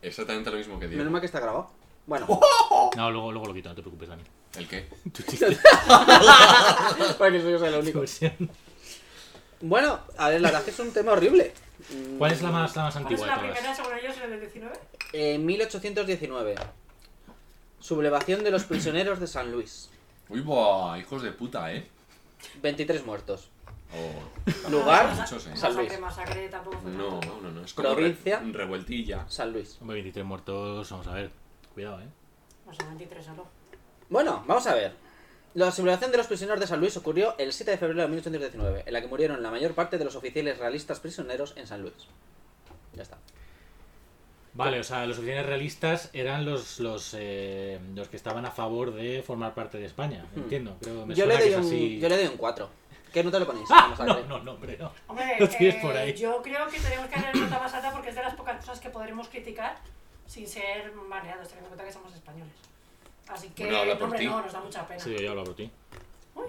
Speaker 2: Exactamente lo mismo que
Speaker 4: Menos
Speaker 2: Diego.
Speaker 4: mal que está grabado.
Speaker 3: (laughs)
Speaker 4: Bueno, (laughs)
Speaker 3: No, luego, luego lo quito, no te preocupes, Dani.
Speaker 2: ¿El qué?
Speaker 3: Tu chiste,
Speaker 4: para que soy yo sea el
Speaker 3: tu
Speaker 4: único.
Speaker 3: versión.
Speaker 4: Bueno, a ver, la verdad es que es un tema horrible. Mm,
Speaker 3: ¿Cuál es la más, la más
Speaker 1: ¿Cuál es
Speaker 3: antigua de
Speaker 1: la
Speaker 3: todas?
Speaker 1: primera, según ellos, en el 19?
Speaker 4: Eh, 1819. Sublevación de los prisioneros de San Luis.
Speaker 2: Uy, buah, hijos de puta, ¿eh?
Speaker 4: 23 muertos.
Speaker 2: Oh,
Speaker 4: Lugar,
Speaker 2: muchos, ¿eh?
Speaker 4: San
Speaker 1: Masacre,
Speaker 4: Luis.
Speaker 1: masacre, tampoco fue
Speaker 2: No,
Speaker 1: tanto.
Speaker 2: no, no. Es como re-
Speaker 4: Provincia.
Speaker 2: revueltilla.
Speaker 4: San Luis.
Speaker 3: Hombre, 23 muertos, vamos a ver. Cuidado, ¿eh?
Speaker 1: No son 23 solo.
Speaker 4: Bueno, vamos a ver. La sublevación de los prisioneros de San Luis ocurrió el 7 de febrero de 1819, en la que murieron la mayor parte de los oficiales realistas prisioneros en San Luis. Ya está.
Speaker 3: Vale, o sea, los oficiales realistas eran los los, eh, los que estaban a favor de formar parte de España. Entiendo, creo. Me
Speaker 4: Hmm. Yo le,
Speaker 3: suena que
Speaker 4: doy
Speaker 3: es
Speaker 4: un,
Speaker 3: así.
Speaker 4: yo le doy un 4. ¿Qué nota le ponéis?
Speaker 3: (laughs) ¡Ah!
Speaker 4: Vamos a
Speaker 3: No,
Speaker 4: ver.
Speaker 3: no, no, hombre, no.
Speaker 1: Hombre,
Speaker 3: (laughs) Lo tienes
Speaker 1: eh,
Speaker 3: por ahí.
Speaker 1: yo creo que tenemos que hacer nota más alta porque es de las pocas cosas que podremos criticar sin ser mareados, teniendo en cuenta que somos españoles. Así que,
Speaker 2: Bueno, habla por
Speaker 1: hombre,
Speaker 2: ti.
Speaker 1: no, nos da mucha pena.
Speaker 3: Sí, yo hablo por ti.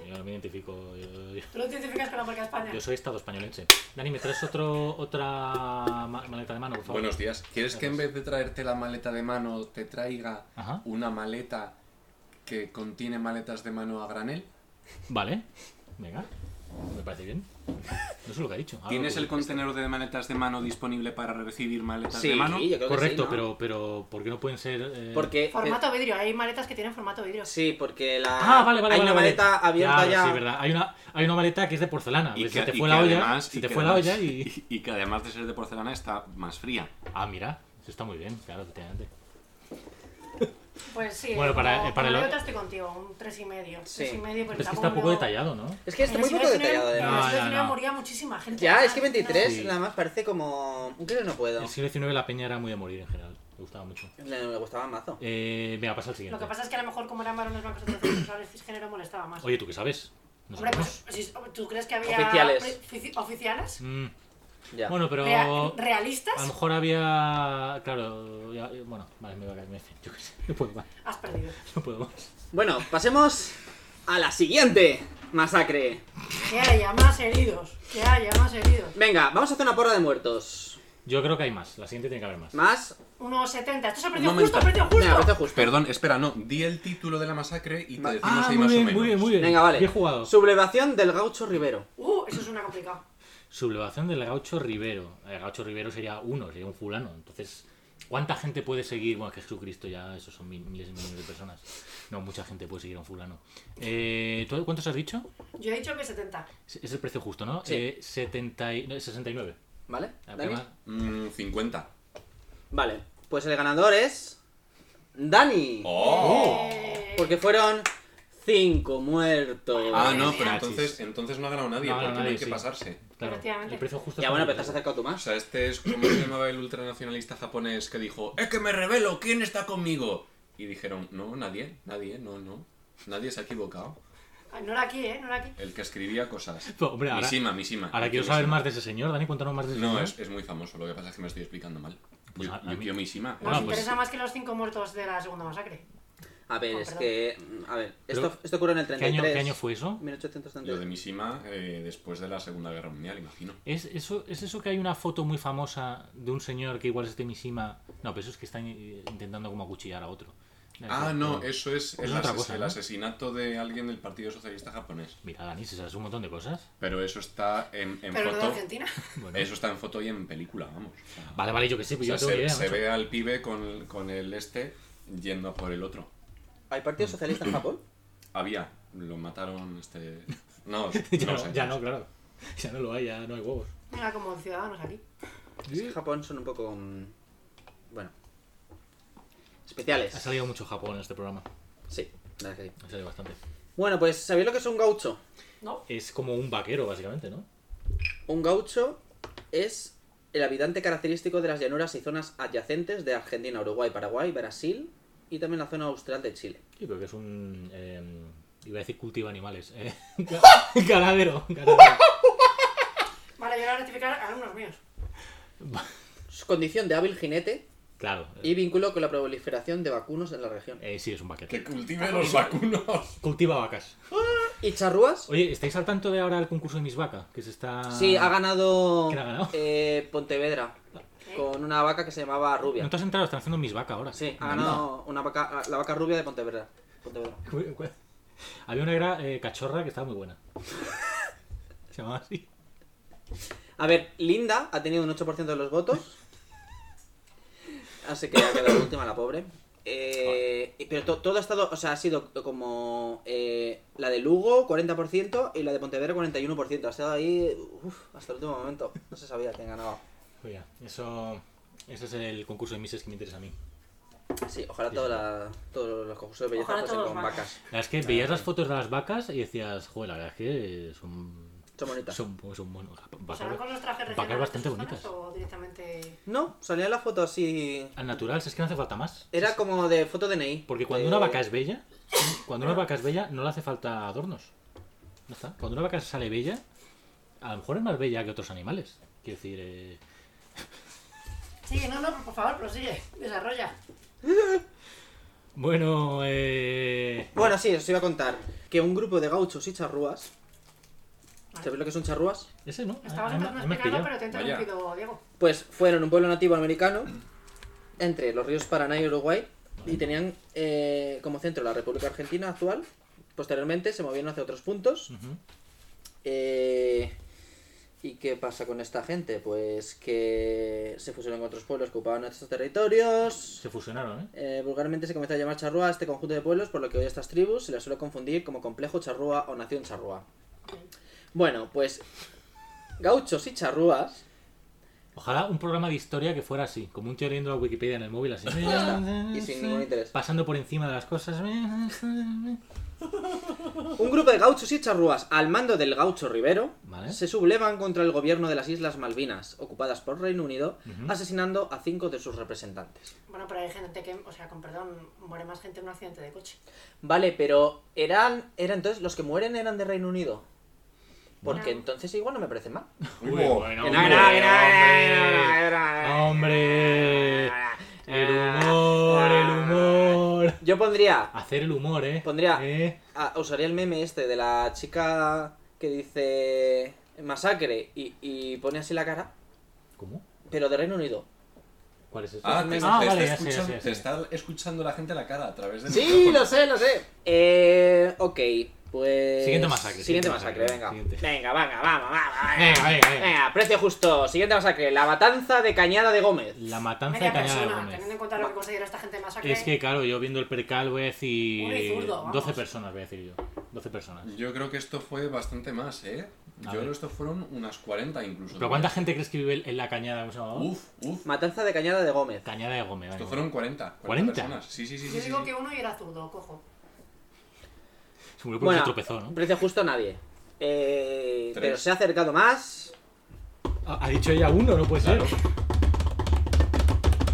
Speaker 3: Yo no me identifico. Yo, yo-
Speaker 1: ¿Tú no te identificas con la marca España?
Speaker 3: yo soy Estado españolense. Dani, ¿me traes otro, otra ma- maleta de mano, por favor?
Speaker 2: Buenos días. ¿Quieres que en vez de traerte la maleta de mano te traiga
Speaker 3: Ajá.
Speaker 2: una maleta que contiene maletas de mano a granel?
Speaker 3: Vale, venga. Me parece bien. No sé lo que ha dicho. Ah, Ahora
Speaker 2: ¿Tienes
Speaker 3: lo
Speaker 2: el
Speaker 3: publico.
Speaker 2: contenedor de maletas de mano disponible para recibir maletas
Speaker 4: Sí,
Speaker 2: de mano?
Speaker 4: yo creo
Speaker 3: Correcto,
Speaker 4: que sí,
Speaker 3: pero,
Speaker 4: ¿no?
Speaker 3: pero ¿por qué no pueden ser...? eh,
Speaker 4: Porque...
Speaker 1: Formato vidrio, hay maletas que tienen formato vidrio.
Speaker 4: Sí, porque la...
Speaker 3: Ah, vale, vale,
Speaker 4: Hay
Speaker 3: vale,
Speaker 4: una
Speaker 3: vale.
Speaker 4: maleta abierta
Speaker 3: Claro,
Speaker 4: ya...
Speaker 3: Sí, verdad. Hay una, hay una maleta que es de porcelana.
Speaker 2: Y
Speaker 3: Pues
Speaker 2: que-
Speaker 3: se te
Speaker 2: y
Speaker 3: fue
Speaker 2: que
Speaker 3: la olla,
Speaker 2: además-
Speaker 3: se
Speaker 2: y
Speaker 3: te
Speaker 2: que
Speaker 3: fue la
Speaker 2: además-
Speaker 3: olla y...
Speaker 2: (laughs) y que además de ser de porcelana está más fría.
Speaker 3: Ah, mira. Eso está muy bien, claro, efectivamente.
Speaker 1: Pues sí,
Speaker 3: Bueno, para- eh, para el-
Speaker 1: el otro estoy contigo, un 3,5.
Speaker 4: Sí.
Speaker 1: Sí. medio
Speaker 3: Pero es que está poco detallado, ¿no?
Speaker 4: Es que está muy poco detallado,
Speaker 1: En
Speaker 4: además.
Speaker 1: el
Speaker 3: No,
Speaker 1: siglo
Speaker 3: no,
Speaker 1: XIX
Speaker 3: no.
Speaker 1: moría muchísima gente.
Speaker 4: Ya, es que
Speaker 1: No,
Speaker 4: 23
Speaker 3: Sí.
Speaker 4: nada más parece como... Un kilo no puedo.
Speaker 3: En el siglo XIX la peña era muy de morir en general. Me gustaba mucho.
Speaker 4: Le, le gustaba mazo.
Speaker 3: Eh, venga, pasa al
Speaker 1: Lo
Speaker 3: siguiente.
Speaker 1: que pasa es que a lo mejor como eran varones blancos heterosexuales cisgénero molestaba más.
Speaker 3: Oye, ¿tú qué sabes?
Speaker 1: Hombre,
Speaker 3: Nosotros-
Speaker 1: pues, si- ¿tú crees que había
Speaker 4: Oficiales.
Speaker 1: pre- ofici- oficiales?
Speaker 3: Mm,
Speaker 4: Ya.
Speaker 3: Bueno, pero...
Speaker 1: Rea-
Speaker 3: A lo
Speaker 1: ¿Realistas?
Speaker 3: mejor había... Claro, ya- bueno, vale, me voy a caer. me- Yo qué sé, no puedo más.
Speaker 1: Has perdido.
Speaker 3: No puedo más.
Speaker 4: Bueno, pasemos a la siguiente masacre.
Speaker 1: Que haya más heridos. Que haya más heridos.
Speaker 4: Venga, vamos a hacer una porra de muertos.
Speaker 3: Yo creo que hay más. La siguiente tiene que haber más.
Speaker 4: Más.
Speaker 1: Unos 70. Esto se ha perdido
Speaker 2: Un
Speaker 1: justo, ha perdido
Speaker 4: Venga,
Speaker 1: justo.
Speaker 4: parece justo.
Speaker 2: Perdón, espera, no. Di el título de la masacre y te
Speaker 4: Ah,
Speaker 2: decimos
Speaker 3: Ah,
Speaker 2: ahí
Speaker 3: muy
Speaker 2: más o
Speaker 3: bien,
Speaker 2: menos.
Speaker 3: muy bien, muy bien.
Speaker 4: Venga, vale.
Speaker 3: Bien jugado.
Speaker 4: Sublevación del gaucho Rivero.
Speaker 1: Uh, eso es una complicada.
Speaker 3: Sublevación del gaucho Rivero. El gaucho Rivero sería uno, sería un fulano. Entonces, ¿cuánta gente puede seguir? Bueno, es que Jesucristo ya, esos son mil- miles y millones de personas. No, mucha gente puede seguir a un fulano. Eh, ¿tú ¿Cuántos has dicho?
Speaker 1: Yo he dicho que 70.
Speaker 3: Es el precio justo, ¿no?
Speaker 4: Sí.
Speaker 3: Eh, 70 y- no, 69.
Speaker 4: ¿Vale?
Speaker 3: Ah, ¿qué
Speaker 4: Dani?
Speaker 3: más?
Speaker 2: Mm, 50.
Speaker 4: Vale. Pues el ganador es. Dani.
Speaker 2: ¡Oh!
Speaker 1: Eh,
Speaker 4: Porque fueron Cinco muertos.
Speaker 2: Ah, no,
Speaker 1: Madre
Speaker 2: pero
Speaker 1: mía.
Speaker 2: entonces, entonces no ha ganado nadie,
Speaker 3: No ha ganado
Speaker 2: porque no hay
Speaker 3: nadie,
Speaker 2: que
Speaker 3: sí.
Speaker 2: pasarse.
Speaker 3: Claro,
Speaker 1: Efectivamente.
Speaker 3: el precio justo
Speaker 4: ya
Speaker 3: está
Speaker 4: bueno,
Speaker 3: muy
Speaker 4: pero te has acercado tú
Speaker 2: O
Speaker 4: más.
Speaker 2: sea, este es como se llamaba el ultranacionalista japonés que dijo, ¡Es que me revelo! ¿Quién está conmigo? Y dijeron, no, nadie, nadie, no, no. Nadie se ha equivocado.
Speaker 1: Ah, No era aquí, ¿eh? No era aquí.
Speaker 2: El que escribía cosas.
Speaker 3: Pero, Pues, hombre, ahora-
Speaker 2: Mishima, Mishima.
Speaker 3: Ahora quiero saber más de ese señor, Dani, cuéntanos más de ese
Speaker 2: No,
Speaker 3: señor.
Speaker 2: es, es muy famoso, lo que pasa es que me estoy explicando mal.
Speaker 3: Pues
Speaker 2: Yu-
Speaker 3: a- a mí-
Speaker 2: Yukio Mishima.
Speaker 1: Nos
Speaker 3: Ah, pues-
Speaker 1: interesa más que los cinco muertos de la segunda masacre.
Speaker 4: A ver,
Speaker 1: Oh,
Speaker 4: es
Speaker 1: perdón.
Speaker 4: que. mm, A ver,
Speaker 3: Pero-
Speaker 4: esto, esto ocurrió en el
Speaker 3: ¿Qué año,
Speaker 4: 33.
Speaker 3: ¿Qué año fue eso?
Speaker 4: 1833.
Speaker 2: Lo de Mishima eh, después de la Segunda Guerra Mundial, imagino.
Speaker 3: ¿Es eso, ¿Es eso que hay una foto muy famosa de un señor que igual es de Mishima? No, pero eso es que están eh, intentando como acuchillar a otro.
Speaker 2: Ah, no, eso es
Speaker 3: Pues Es
Speaker 2: el,
Speaker 3: otra
Speaker 2: ases-
Speaker 3: cosa,
Speaker 2: el
Speaker 3: ¿no?
Speaker 2: asesinato de alguien del Partido Socialista Japonés.
Speaker 3: Mira, Dani, se sabe un montón de cosas.
Speaker 2: Pero eso está en, en
Speaker 1: Pero no de
Speaker 2: foto.
Speaker 1: Argentina.
Speaker 3: Bueno.
Speaker 2: Eso está en foto y en película, vamos. O sea,
Speaker 3: Vale, vale, yo que sé,
Speaker 2: o
Speaker 3: pues yo
Speaker 2: sea,
Speaker 3: no tengo ni
Speaker 2: se,
Speaker 3: idea.
Speaker 2: se
Speaker 3: macho.
Speaker 2: ve al pibe con, con el este yendo a por el otro.
Speaker 4: ¿Hay Partido Socialista
Speaker 3: (clears throat)
Speaker 4: en Japón?
Speaker 2: Había, lo mataron este. No,
Speaker 3: (laughs) (laughs)
Speaker 2: no
Speaker 3: ya, no,
Speaker 2: lo sé.
Speaker 3: ya no, claro. (laughs) Ya no lo hay, ya no hay huevos.
Speaker 1: Mira, como ciudadanos aquí.
Speaker 4: Es que en Japón son un poco. mm, Bueno. Especiales.
Speaker 3: Ha salido mucho Japón en este programa.
Speaker 4: Sí, la verdad que sí.
Speaker 3: Ha salido bastante.
Speaker 4: Bueno, pues, ¿sabéis lo que es un gaucho?
Speaker 1: No.
Speaker 3: Es como un vaquero, básicamente, ¿no?
Speaker 4: Un gaucho es el habitante característico de las llanuras y zonas adyacentes de Argentina, Uruguay, Paraguay, Brasil y también la zona austral de Chile.
Speaker 3: Sí, pero que es un. eh, iba a decir cultivo animales. Eh, (laughs) ga- ganadero. ganadero.
Speaker 1: Vale, yo voy a rectificar a algunos míos.
Speaker 4: Su condición de hábil jinete
Speaker 3: Claro.
Speaker 4: y vínculo con la proliferación de vacunos en la región.
Speaker 3: eh, sí, es un vaquero.
Speaker 2: Que cultive los vacunos.
Speaker 3: Cultiva vacas.
Speaker 4: ¿Y charrúas?
Speaker 3: Oye, ¿estáis al tanto de ahora el concurso de mis vacas? Que se está.
Speaker 4: Sí, ha ganado,
Speaker 3: Ah. ¿Quién ha ganado?
Speaker 4: eh, Pontevedra
Speaker 1: ¿Qué?
Speaker 4: con una vaca que se llamaba Rubia.
Speaker 3: ¿No te has entrado? Están haciendo mis vacas ahora.
Speaker 4: Sí, ha
Speaker 3: Anda.
Speaker 4: ganado una vaca, ah, la vaca rubia de Pontevedra. Pontevedra.
Speaker 3: Cu- cu- (laughs) Había una era eh, cachorra que estaba muy
Speaker 4: (laughs)
Speaker 3: buena. Se llamaba así.
Speaker 4: A ver, Linda ha tenido un 8% de los votos. (laughs) Así que ha quedado última la pobre. Eh, y- pero to- todo ha estado, o sea, ha sido como eh, la de Lugo 40% y la de Pontevedra 41%. Ha estado ahí uf, hasta el último momento. No se sabía quién ganaba.
Speaker 3: Oye, eso. Ese es el concurso de Mises que me interesa a mí.
Speaker 4: Sí, ojalá toda la- todos los concursos de belleza
Speaker 1: Ojalá
Speaker 4: fuesen
Speaker 1: todos
Speaker 4: con
Speaker 1: vacas.
Speaker 4: vacas.
Speaker 3: La verdad es que veías las fotos de las vacas y decías, joder, la verdad es que son.
Speaker 4: Son bonitas.
Speaker 3: Son, son monos.
Speaker 1: ¿Serán con los trajes
Speaker 3: vacas
Speaker 1: regionales
Speaker 3: bastante
Speaker 1: de sus zonas
Speaker 3: bonitas.
Speaker 1: o directamente...?
Speaker 4: No, salía la foto así.
Speaker 3: Al natural, si es que no hace falta más.
Speaker 4: Era como de foto de DNI.
Speaker 3: Porque cuando
Speaker 4: Eh,
Speaker 3: una vaca es bella, cuando una vaca es bella, no le hace falta adornos. No está. Cuando una vaca sale bella, a lo mejor es más bella que otros animales. Quiero decir, eh,
Speaker 1: Sí, no, no, por favor, prosigue, desarrolla.
Speaker 3: bueno, eh,
Speaker 4: Bueno, sí, os iba a contar que un grupo de gauchos y charrúas. ¿Sabéis lo que son charrúas?
Speaker 3: ese no.
Speaker 1: Estabas
Speaker 3: Ah, me-
Speaker 1: intentando
Speaker 3: me has
Speaker 1: explicarlo, pero
Speaker 3: pillado.
Speaker 1: te he
Speaker 2: Vaya.
Speaker 1: interrumpido, Diego.
Speaker 4: Pues fueron un pueblo nativo americano entre los ríos Paraná y Uruguay y tenían eh, como centro la República Argentina actual. Posteriormente se movieron hacia otros puntos.
Speaker 3: Ujú.
Speaker 4: Eh, ¿Y qué pasa con esta gente? Pues que se fusionan con otros pueblos que ocupaban estos territorios.
Speaker 3: Se fusionaron, ¿eh?
Speaker 4: Eh, vulgarmente se comenzó a llamar charrúa a este conjunto de pueblos, por lo que hoy a estas tribus se las suele confundir como complejo charrúa o nación charrúa. Bueno, pues gauchos y charrúas
Speaker 3: Ojalá un programa de historia que fuera así, como un tío leyendo la Wikipedia en el móvil
Speaker 4: (laughs)
Speaker 3: así.
Speaker 4: está, y sin ningún interés. Eh,
Speaker 3: Pasando por encima de las cosas.
Speaker 4: Un grupo de gauchos y charrúas al mando del gaucho Rivero
Speaker 3: Vale.
Speaker 4: se sublevan contra el gobierno de las Islas Malvinas, ocupadas por Reino Unido,
Speaker 3: Ujú.
Speaker 4: asesinando a cinco de sus representantes.
Speaker 1: Bueno, pero hay gente que, o sea, con perdón, muere más gente en un accidente de coche.
Speaker 4: Vale, pero eran, eran entonces los que mueren eran de Reino Unido. Porque
Speaker 1: No.
Speaker 4: entonces igual no me parece mal.
Speaker 3: Uy,
Speaker 2: Hubo.
Speaker 3: bueno, hombre,
Speaker 4: Que no, que no, que no,
Speaker 3: hombre.
Speaker 4: que no,
Speaker 3: Hombre,
Speaker 4: que no.
Speaker 3: el humor, el humor.
Speaker 4: Yo pondría,
Speaker 3: Hacer el humor, eh.
Speaker 4: eh. Pondría-
Speaker 3: Eh,
Speaker 4: ah, usaría el meme este de la chica que dice masacre y, y pone así la cara,
Speaker 3: ¿Cómo?
Speaker 4: pero de Reino Unido.
Speaker 3: ¿Cuál es eso?
Speaker 2: Ah, te, te está
Speaker 3: vale, ya sé, ya
Speaker 2: escuchando,
Speaker 3: sé, ya
Speaker 2: te
Speaker 3: sé.
Speaker 2: está escuchando la gente a la cara a través del
Speaker 4: Sí,
Speaker 2: micrófono.
Speaker 4: lo sé, lo sé. Eh, ok, pues.
Speaker 3: Siguiente masacre,
Speaker 4: Siguiente
Speaker 3: siguiente
Speaker 4: masacre,
Speaker 3: masacre,
Speaker 4: venga.
Speaker 3: siguiente.
Speaker 4: Venga, venga, vamos, vamos.
Speaker 3: Venga, venga, venga.
Speaker 4: Venga, precio justo. Siguiente masacre, la matanza de Cañada de Gómez.
Speaker 3: La matanza de
Speaker 1: Media
Speaker 3: Cañada de
Speaker 1: persona,
Speaker 3: Gómez.
Speaker 1: teniendo en cuenta lo que considera esta gente más
Speaker 3: Es que, claro, yo viendo el percal voy a
Speaker 1: Uno y
Speaker 3: decir.
Speaker 1: zurdo, vamos.
Speaker 3: 12 personas, voy a decir yo. 12 personas.
Speaker 2: Yo creo que esto fue bastante más, ¿eh? Yo
Speaker 3: A
Speaker 2: creo
Speaker 3: ver.
Speaker 2: que esto fueron unas 40 incluso.
Speaker 3: ¿Pero cuánta gente crees que vive en la Cañada? ¿Cómo se llama?
Speaker 2: Uf, uf.
Speaker 4: Matanza de Cañada de Gómez.
Speaker 3: Cañada de Gómez.
Speaker 2: Esto
Speaker 3: Dani.
Speaker 2: fueron 40. 40,
Speaker 3: ¿Cuarenta?
Speaker 2: personas. Sí, sí, sí.
Speaker 1: Yo
Speaker 2: sí, sí,
Speaker 1: digo
Speaker 2: sí.
Speaker 1: que uno y era zurdo, cojo.
Speaker 3: Se murió porque
Speaker 4: Bueno,
Speaker 3: se tropezó, ¿no?
Speaker 4: precio justo nadie. Eh,
Speaker 2: Tres.
Speaker 4: pero se ha acercado más.
Speaker 3: Ha ha dicho ella uno, no puede
Speaker 2: Claro.
Speaker 3: ser.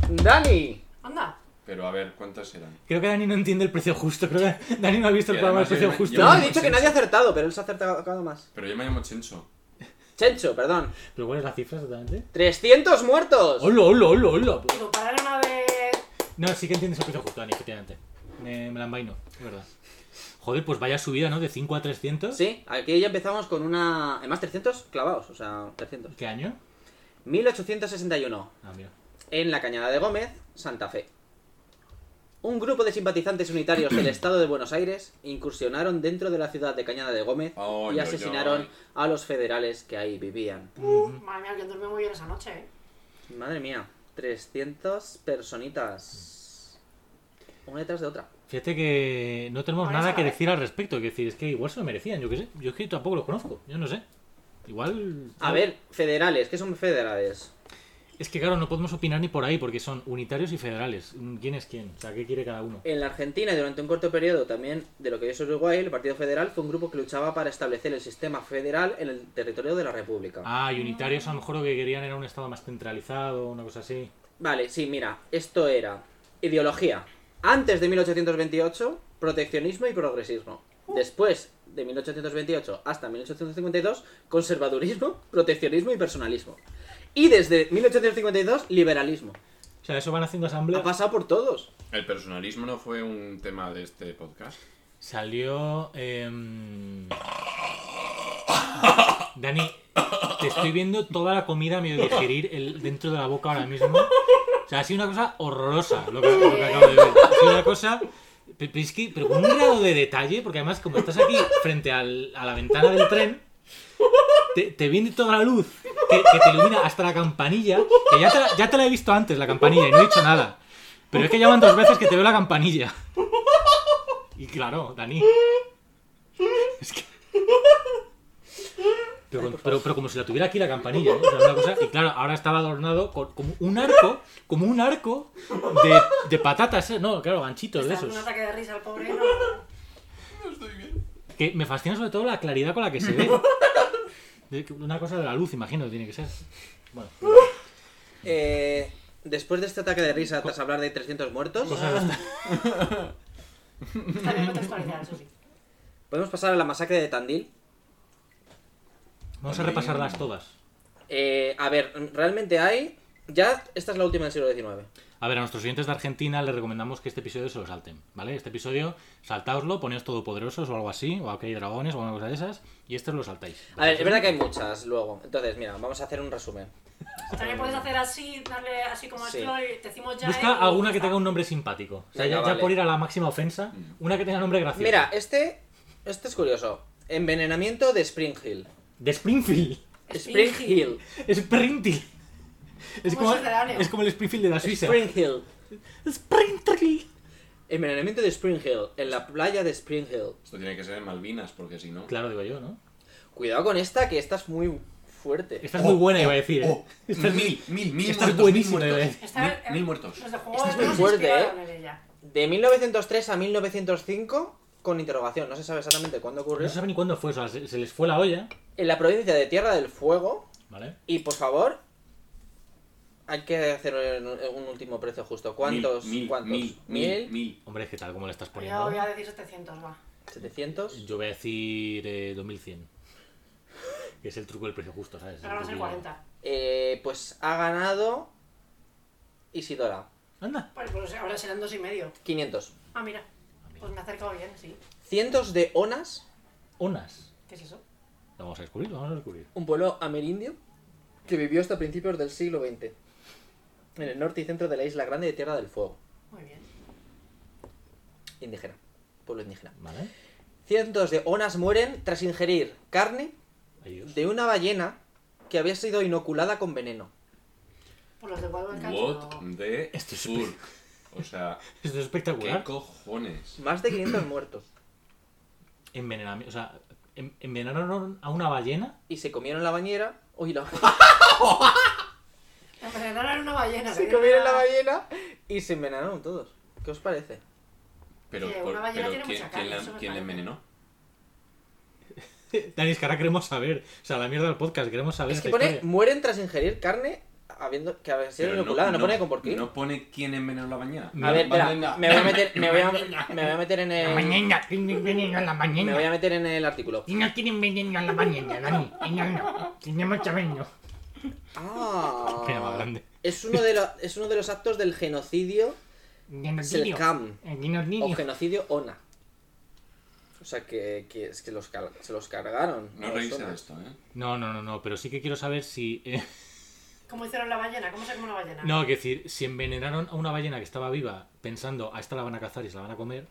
Speaker 4: ¡Dani!
Speaker 1: Anda.
Speaker 2: Pero a ver, ¿cuántas eran?
Speaker 3: Creo que Dani no entiende el precio justo. Creo que Dani no ha visto el
Speaker 2: Y
Speaker 3: programa
Speaker 2: además
Speaker 3: del
Speaker 2: eh,
Speaker 3: precio
Speaker 2: yo me-
Speaker 3: justo.
Speaker 2: yo
Speaker 4: No,
Speaker 2: me-
Speaker 4: he dicho que nadie ha acertado, pero él se ha acercado más.
Speaker 2: Pero yo me llamo Chencho.
Speaker 4: Chencho, perdón.
Speaker 3: ¿Pero cuál es la cifra exactamente?
Speaker 4: 300 muertos.
Speaker 3: ¡Hola, hola, hola, hola!
Speaker 1: Digo, parar una vez.
Speaker 3: No, sí que entiendes el precio justo, Dani, efectivamente. Me, me la envaino, es verdad. Joder, pues vaya subida, ¿no? De 5 a 300.
Speaker 4: Sí, aquí ya empezamos con una... Además, 300 clavados, o sea, 300.
Speaker 3: ¿Qué año?
Speaker 4: 1861,
Speaker 3: Ah, mira.
Speaker 4: en la Cañada de Gómez, Santa Fe. Un grupo de simpatizantes unitarios
Speaker 3: (clears throat)
Speaker 4: del estado de Buenos Aires incursionaron dentro de la ciudad de Cañada de Gómez
Speaker 2: Oy, oy,
Speaker 4: y asesinaron
Speaker 2: oy.
Speaker 4: a los federales que ahí vivían.
Speaker 1: Madre mía, alguien durmió muy bien esa noche, ¿eh?
Speaker 4: Madre mía, 300 personitas. Una detrás de otra.
Speaker 3: Fíjate que no tenemos
Speaker 1: Ahora
Speaker 3: nada que
Speaker 1: sabe.
Speaker 3: decir al respecto. Es decir, es que igual se lo merecían, yo qué sé. Yo es que tampoco los conozco, yo no sé. Igual.
Speaker 4: A ver, federales, ¿qué son federales?
Speaker 3: Es que claro, no podemos opinar ni por ahí porque son unitarios y federales. Mm, ¿Quién es quién? O sea, ¿qué quiere cada uno?
Speaker 4: En la Argentina, y durante un corto periodo también de lo que es Uruguay, el Partido Federal fue un grupo que luchaba para establecer el sistema federal en el territorio de la República.
Speaker 3: Ah, y unitarios a lo mejor lo que querían era un estado más centralizado, una cosa así.
Speaker 4: Vale, sí, mira, esto era ideología. Antes de 1828, proteccionismo y progresismo. Después de 1828 hasta 1852, conservadurismo, proteccionismo y personalismo. Y desde 1852, liberalismo.
Speaker 3: O sea, eso van haciendo
Speaker 4: Ha
Speaker 3: asambleas.
Speaker 4: pasado por todos.
Speaker 2: El personalismo no fue un tema de este podcast.
Speaker 3: Salió. em, Dani, te estoy viendo toda la comida medio digerir el- dentro de la boca ahora mismo. O sea, ha sido una cosa horrorosa lo que, lo que acabo de ver. Ha sido una cosa. pe- Pero, es que- pero con un grado de detalle, porque además, como estás aquí frente al- a la ventana del tren, te, te viene toda la luz que, que te ilumina hasta la campanilla. Que ya te, la- ya te la he visto antes, la campanilla, y no he dicho nada. Pero es que ya van dos veces que te veo la campanilla. Y claro, Dani. Es que- Pero, pero- pero como si la tuviera aquí la campanilla, ¿eh? O sea, una cosa- Y claro, ahora estaba adornado con, como un arco, como un arco de, de patatas, ¿eh? no, claro, ganchitos de
Speaker 1: Está
Speaker 3: esos.
Speaker 1: Un ataque de risa al pobre. No,
Speaker 3: Que me fascina sobre todo la claridad con la que se ve. De que Una cosa de la luz, imagino, tiene que ser. Bueno,
Speaker 4: Eh, después de este ataque de risa, tras hablar de 300 muertos,
Speaker 1: está bien contextualizar, eso sí.
Speaker 4: podemos pasar a la masacre de Tandil.
Speaker 3: vamos a repasarlas todas.
Speaker 4: Eh, a ver, realmente hay... Ya, esta es la última del siglo XIX.
Speaker 3: A ver, a nuestros oyentes de Argentina les recomendamos que este episodio se lo salten, ¿vale? Este episodio, saltaoslo, poneos todopoderosos o algo así, o a que hay dragones o alguna cosa de esas, y este lo saltáis.
Speaker 4: A ver, es verdad que hay muchas luego. Entonces, mira, vamos a hacer un resumen.
Speaker 1: También puedes hacer así, darle así como
Speaker 4: Sí.
Speaker 1: estilo y te decimos ya.
Speaker 3: Busca
Speaker 1: y-
Speaker 3: alguna que tenga un nombre simpático. O sea,
Speaker 4: Venga,
Speaker 3: ya, ya
Speaker 4: vale.
Speaker 3: por ir a la máxima ofensa,
Speaker 2: Mm.
Speaker 3: una que tenga nombre gracioso.
Speaker 4: Mira, este, este es curioso. Envenenamiento de Spring Hill.
Speaker 3: De Springfield. (laughs)
Speaker 4: Spring Hill.
Speaker 3: Springfield. Es
Speaker 1: ¿Cómo
Speaker 3: como,
Speaker 1: es el cráneo?
Speaker 3: es como el Springfield de la Suiza.
Speaker 4: Spring Hill.
Speaker 3: Springfield.
Speaker 4: Envenenamiento de Spring Hill. En la playa de Spring Hill.
Speaker 2: Esto tiene que ser en Malvinas, porque si no.
Speaker 3: Claro, digo yo, ¿no?
Speaker 4: Cuidado con esta, que esta es muy fuerte.
Speaker 3: Esta es muy buena, iba a decir. ¿eh?
Speaker 2: Oh,
Speaker 3: (laughs) Esta es-
Speaker 2: mil, mil, mil
Speaker 3: esta
Speaker 2: muertos,
Speaker 3: es
Speaker 2: mil
Speaker 3: buenísima,
Speaker 2: muertos.
Speaker 3: iba a decir.
Speaker 1: Está-
Speaker 2: Mil-
Speaker 1: eh,
Speaker 2: mil muertos.
Speaker 1: Los de juego
Speaker 4: Esta es muy
Speaker 1: de Tronos
Speaker 4: fuerte,
Speaker 1: inspiraron en ella.
Speaker 4: De 1903 a 1905, con interrogación. No se sabe exactamente cuándo
Speaker 3: No
Speaker 4: ocurrió.
Speaker 3: se sabe ni cuándo fue, o sea, se, se les fue la olla,
Speaker 4: En la provincia de Tierra del Fuego.
Speaker 3: ¿vale?
Speaker 4: Y por favor, hay que hacer un- un último precio justo. ¿Cuántos?
Speaker 2: Mil,
Speaker 4: ¿Cuántos?
Speaker 2: mil, mil, mil.
Speaker 3: Hombre, es que tal como le estás
Speaker 1: Yo
Speaker 3: poniendo.
Speaker 1: voy a decir 700, va.
Speaker 4: 700.
Speaker 3: Yo voy a decir eh, 2100. Que es el truco del precio justo, ¿sabes?
Speaker 1: Pero van a ser
Speaker 3: El
Speaker 1: 40.
Speaker 4: Eh, pues ha ganado Isidora.
Speaker 3: Anda.
Speaker 1: Pues, pues ahora serán dos y medio.
Speaker 4: 500.
Speaker 1: Ah, mira. Pues me ha acercado bien, sí.
Speaker 4: Cientos de Onas,
Speaker 3: Onas.
Speaker 1: ¿Qué es eso?
Speaker 3: Lo vamos a descubrir, lo vamos a descubrir.
Speaker 4: un pueblo amerindio que vivió hasta principios del siglo XX en el norte y centro de la isla grande de Tierra del Fuego.
Speaker 1: Muy bien.
Speaker 4: Indígena. Pueblo indígena.
Speaker 3: ¿Vale?
Speaker 4: Cientos de Onas mueren tras ingerir carne
Speaker 3: Adiós.
Speaker 4: de una ballena que había sido inoculada con veneno.
Speaker 1: Pues los de Wild Wild Country
Speaker 2: What
Speaker 1: no.
Speaker 2: the
Speaker 3: Esto es
Speaker 2: fuck? O sea,
Speaker 3: Esto es
Speaker 2: ¿qué
Speaker 3: espectacular.
Speaker 2: cojones?
Speaker 4: Más de 500 muertos.
Speaker 3: Envenenamiento. O sea, en- envenenaron a una ballena.
Speaker 4: Y se comieron la bañera. Uy, la... (laughs)
Speaker 1: Envenenaron una ballena.
Speaker 4: se
Speaker 1: que
Speaker 4: comieron
Speaker 1: era-
Speaker 4: la ballena y se envenenaron todos. ¿Qué os parece?
Speaker 2: Pero,
Speaker 1: Que
Speaker 2: por-
Speaker 1: una ballena
Speaker 2: pero
Speaker 1: tiene
Speaker 2: ¿quién,
Speaker 1: mucha
Speaker 2: quién
Speaker 1: carne,
Speaker 2: la-
Speaker 1: eso me
Speaker 2: quién la
Speaker 1: parece.
Speaker 2: envenenó?
Speaker 3: Danis, que ahora queremos saber. O sea, la mierda del podcast, queremos saber.
Speaker 4: Es que
Speaker 3: esta
Speaker 4: pone
Speaker 3: historia.
Speaker 4: mueren tras ingerir carne habiendo que haber sido
Speaker 2: Pero
Speaker 4: inoculada, no, pone con por qué.
Speaker 2: No pone quién envenenó la bañera.
Speaker 4: a ver, espera,
Speaker 3: Venga.
Speaker 4: me voy a meter, me voy a, me voy a meter en el,
Speaker 5: Mañana tienen veneno en la
Speaker 4: me voy
Speaker 5: mañana.
Speaker 4: a meter en el artículo.
Speaker 5: Y no tienen veneno en la mañana, Dani. Y no, no. Tenemos veneno.
Speaker 4: Ah,
Speaker 3: Espera, más grande.
Speaker 4: es uno de los, es uno de los actos del genocidio,
Speaker 5: Genocidio.
Speaker 4: Selcam.
Speaker 5: El
Speaker 4: o
Speaker 5: genocidio.
Speaker 4: genocidio ona. O sea que, que es que los cal- se los cargaron.
Speaker 2: No
Speaker 4: los
Speaker 2: reíse
Speaker 4: onas.
Speaker 2: de esto, ¿eh?
Speaker 3: No, no, no, no, pero sí que quiero saber si. eh,
Speaker 1: ¿Cómo hicieron la ballena? ¿Cómo se come una ballena?
Speaker 3: No, que decir, si envenenaron a una ballena que estaba viva pensando, a esta la van a cazar y se la van a comer,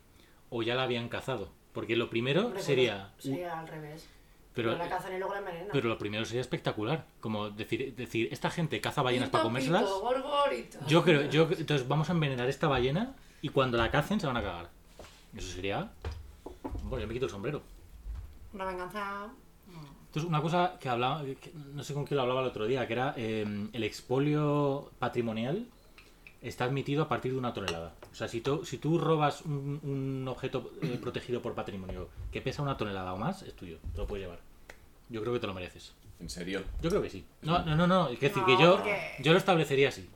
Speaker 3: o ya la habían cazado. Porque lo primero
Speaker 1: Hombre,
Speaker 3: sería.
Speaker 1: pues, Sería al revés. Pero,
Speaker 3: Pero, eh,
Speaker 1: la cazan y luego la envenenan.
Speaker 3: pero lo primero sería espectacular. Como decir, decir esta gente caza ballenas
Speaker 1: Pito,
Speaker 3: para comérselas.
Speaker 1: pito, gorgorito.
Speaker 3: Yo creo, yo entonces vamos a envenenar esta ballena y cuando la cacen se van a cagar. Eso sería. Bueno, yo me quito el sombrero.
Speaker 1: Una venganza. mm.
Speaker 3: Entonces, una cosa que hablaba, que no sé con quién lo hablaba el otro día, que era eh, el expolio patrimonial está admitido a partir de una tonelada. O sea, si, tú- si tú robas un, un objeto eh, protegido por patrimonio que pesa una tonelada o más, es tuyo, te lo puedes llevar. Yo creo que te lo mereces.
Speaker 2: En serio.
Speaker 3: Yo creo que sí. No, no, no, no. Es decir, que
Speaker 1: No,
Speaker 3: yo,
Speaker 1: porque-
Speaker 3: yo lo establecería así.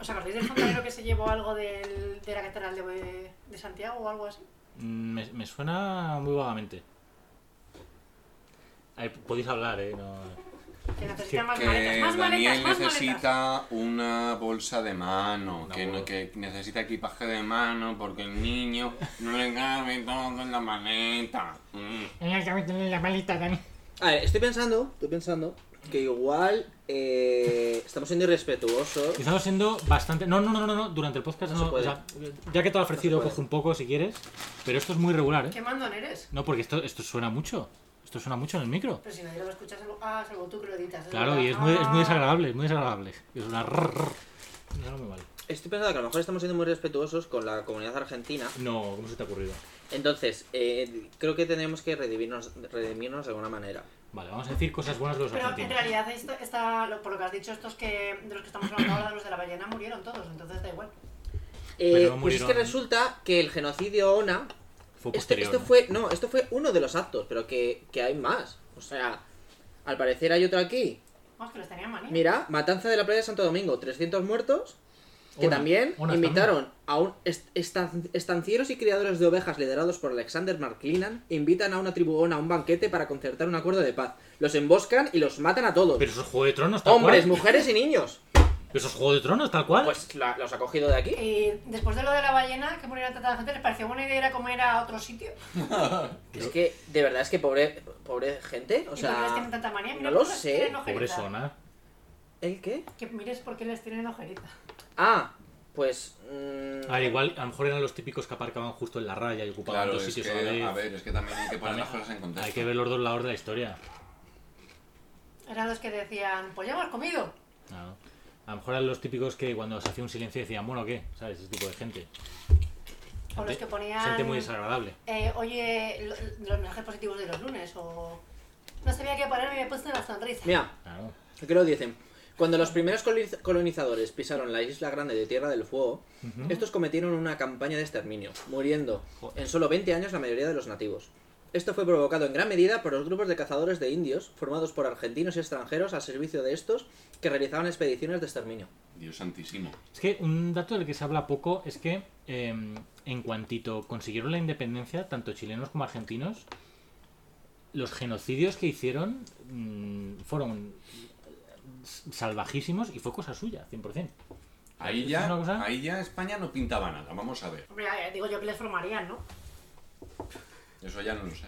Speaker 1: ¿Os acordáis del fontanero que se llevó algo del- de la catedral de, de Santiago o algo así?
Speaker 3: Mm, Me, me suena muy vagamente. Ahí podéis hablar, ¿eh? No...
Speaker 1: Que necesitan más maletas.
Speaker 2: Que
Speaker 1: Más maletas,
Speaker 2: Daniel
Speaker 1: más maletas.
Speaker 2: necesita una bolsa de mano,
Speaker 3: Una
Speaker 2: que, no-
Speaker 3: bolsa.
Speaker 2: que necesita equipaje de mano porque el niño no le cabe todo en la maleta. Mm.
Speaker 5: Tenía que meterle la maleta, Dani.
Speaker 4: A ver, estoy pensando, estoy pensando que igual eh, estamos siendo irrespetuosos.
Speaker 3: Estamos siendo bastante. No, no, no, no, no. Durante el podcast
Speaker 4: No se
Speaker 3: no.
Speaker 4: puede.
Speaker 3: o sea, ya que te lo he ofrecido,
Speaker 4: No se puede.
Speaker 3: coge un poco si quieres. Pero esto es muy regular, ¿eh?
Speaker 1: ¿Qué mandón eres?
Speaker 3: No, porque esto, esto suena mucho. Esto suena mucho en el micro.
Speaker 1: Pero si nadie lo escucha, salvo, ah, salvo tú que lo editas.
Speaker 3: Claro,
Speaker 1: verdad.
Speaker 3: y es muy, es muy
Speaker 1: Ah.
Speaker 3: desagradable, es muy desagradable. Es una. No suena muy mal.
Speaker 4: Estoy pensando que a lo mejor estamos siendo muy respetuosos con la comunidad argentina.
Speaker 3: No, ¿cómo se te ha ocurrido?
Speaker 4: Entonces, eh, creo que tenemos que redimirnos, redimirnos de alguna manera.
Speaker 3: Vale, vamos a decir cosas buenas de los
Speaker 1: Pero en
Speaker 3: argentinos.
Speaker 1: realidad, esto, esta, lo- por lo que has dicho, estos que, de los que estamos hablando ahora, los de la ballena, murieron todos, entonces da igual.
Speaker 4: Eh,
Speaker 3: Pero
Speaker 4: pues es
Speaker 3: murieron-
Speaker 4: que resulta que el genocidio ONA.
Speaker 3: Fue
Speaker 4: este-
Speaker 3: posterior.
Speaker 4: esto
Speaker 3: ¿no?
Speaker 4: fue. No, esto fue uno de los actos, pero que, que hay más. O sea, al parecer hay otro aquí.
Speaker 1: Vamos, que los tenían manía.
Speaker 4: Mira, Matanza de la Playa de Santo Domingo, 300 muertos. Que
Speaker 3: Una,
Speaker 4: también
Speaker 3: una
Speaker 4: invitaron a un est- estan- estancieros y criadores de ovejas liderados por Alexander McLennan invitan a una tribuona a un banquete para concertar un acuerdo de paz. Los emboscan y los matan a todos.
Speaker 3: Pero eso es Juego de Tronos, tal
Speaker 4: Hombres,
Speaker 3: cual.
Speaker 4: mujeres y niños.
Speaker 3: Pero eso es Juego de Tronos, tal cual.
Speaker 4: Pues la- los ha cogido de aquí.
Speaker 1: Y después de lo de la ballena, que muriera tanta gente, ¿les pareció buena idea ir a comer a otro sitio?
Speaker 4: Es que, de verdad, es que pobre, pobre gente. O
Speaker 1: ¿Y por qué les
Speaker 4: sea,
Speaker 1: tienen tanta manía? Mira,
Speaker 4: no lo
Speaker 1: por qué les
Speaker 4: sé.
Speaker 1: tienen
Speaker 3: Pobre
Speaker 1: ojerita.
Speaker 3: zona.
Speaker 4: ¿el qué?
Speaker 1: Que mires por qué les tienen ojerita.
Speaker 4: Ah, pues.
Speaker 3: A
Speaker 4: mm,
Speaker 3: ver, Ah, igual, a lo mejor eran los típicos que aparcaban justo en la raya y ocupaban
Speaker 2: Claro,
Speaker 3: dos
Speaker 2: es
Speaker 3: sitios
Speaker 2: que,
Speaker 3: a la vez.
Speaker 2: a ver, es que también hay que poner las cosas en
Speaker 3: Hay
Speaker 2: contexto.
Speaker 3: que ver los dos lados de la historia.
Speaker 1: Eran los que decían, pues ya hemos comido.
Speaker 3: No. A lo mejor eran los típicos que cuando se hacía un silencio decían, bueno, ¿qué? ¿Sabes? Ese tipo de gente.
Speaker 1: O los
Speaker 3: Gente-
Speaker 1: que ponían...
Speaker 3: Gente muy desagradable.
Speaker 1: eh, oye, lo- los mensajes positivos de los lunes, o... No sabía qué ponerme y me puse una sonrisa.
Speaker 4: Mira,
Speaker 3: Claro.
Speaker 4: ¿qué lo dicen? Cuando los primeros coloniz- colonizadores pisaron la isla grande de Tierra del Fuego, estos cometieron una campaña de exterminio, muriendo en solo 20 años la mayoría de los nativos. Esto fue provocado en gran medida por los grupos de cazadores de indios, formados por argentinos y extranjeros al servicio de estos, que realizaban expediciones de exterminio.
Speaker 2: Dios santísimo.
Speaker 3: Es que un dato del que se habla poco es que eh, en cuantito consiguieron la independencia, tanto chilenos como argentinos, los genocidios que hicieron mm, fueron salvajísimos y fue cosa suya, 100%.
Speaker 2: Ahí
Speaker 3: ¿Es una
Speaker 2: ya,
Speaker 3: cosa?
Speaker 2: ahí ya España no pintaba nada, vamos a ver.
Speaker 1: Hombre, eh, digo yo que les formarían, ¿no?
Speaker 2: Eso ya no lo sé.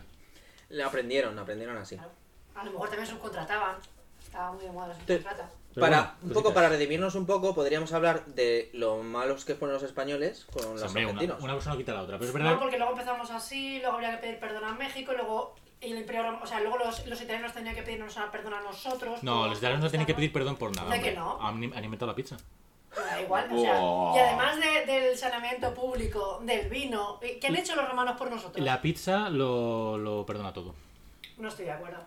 Speaker 4: Le aprendieron, aprendieron así.
Speaker 1: Claro. A lo mejor también subcontrataban. Estaba muy de moda la
Speaker 4: Te-
Speaker 1: subcontrata.
Speaker 3: Pero
Speaker 4: para,
Speaker 3: bueno,
Speaker 4: un poco
Speaker 3: cositas.
Speaker 4: para redimirnos un poco, podríamos hablar de lo malos que fueron los españoles con los
Speaker 3: Hombre, una,
Speaker 4: argentinos.
Speaker 3: una cosa no quita la otra, pero es
Speaker 1: No,
Speaker 3: verdad.
Speaker 1: porque luego empezamos así, luego habría que pedir perdón a México, y luego el Imperio Romano- o sea, luego los, los italianos tenían que pedirnos a- perdón a nosotros.
Speaker 3: No,
Speaker 1: por-
Speaker 3: los italianos no tienen que pedir perdón por nada.
Speaker 1: ¿De
Speaker 3: hombre.
Speaker 1: que no?
Speaker 3: Han, han inventado la pizza.
Speaker 1: Da igual, o sea,
Speaker 2: Buah.
Speaker 1: y además de- del saneamiento público, del vino, eh, ¿qué han hecho los romanos por nosotros?
Speaker 3: La pizza lo, lo perdona todo.
Speaker 1: No estoy de acuerdo.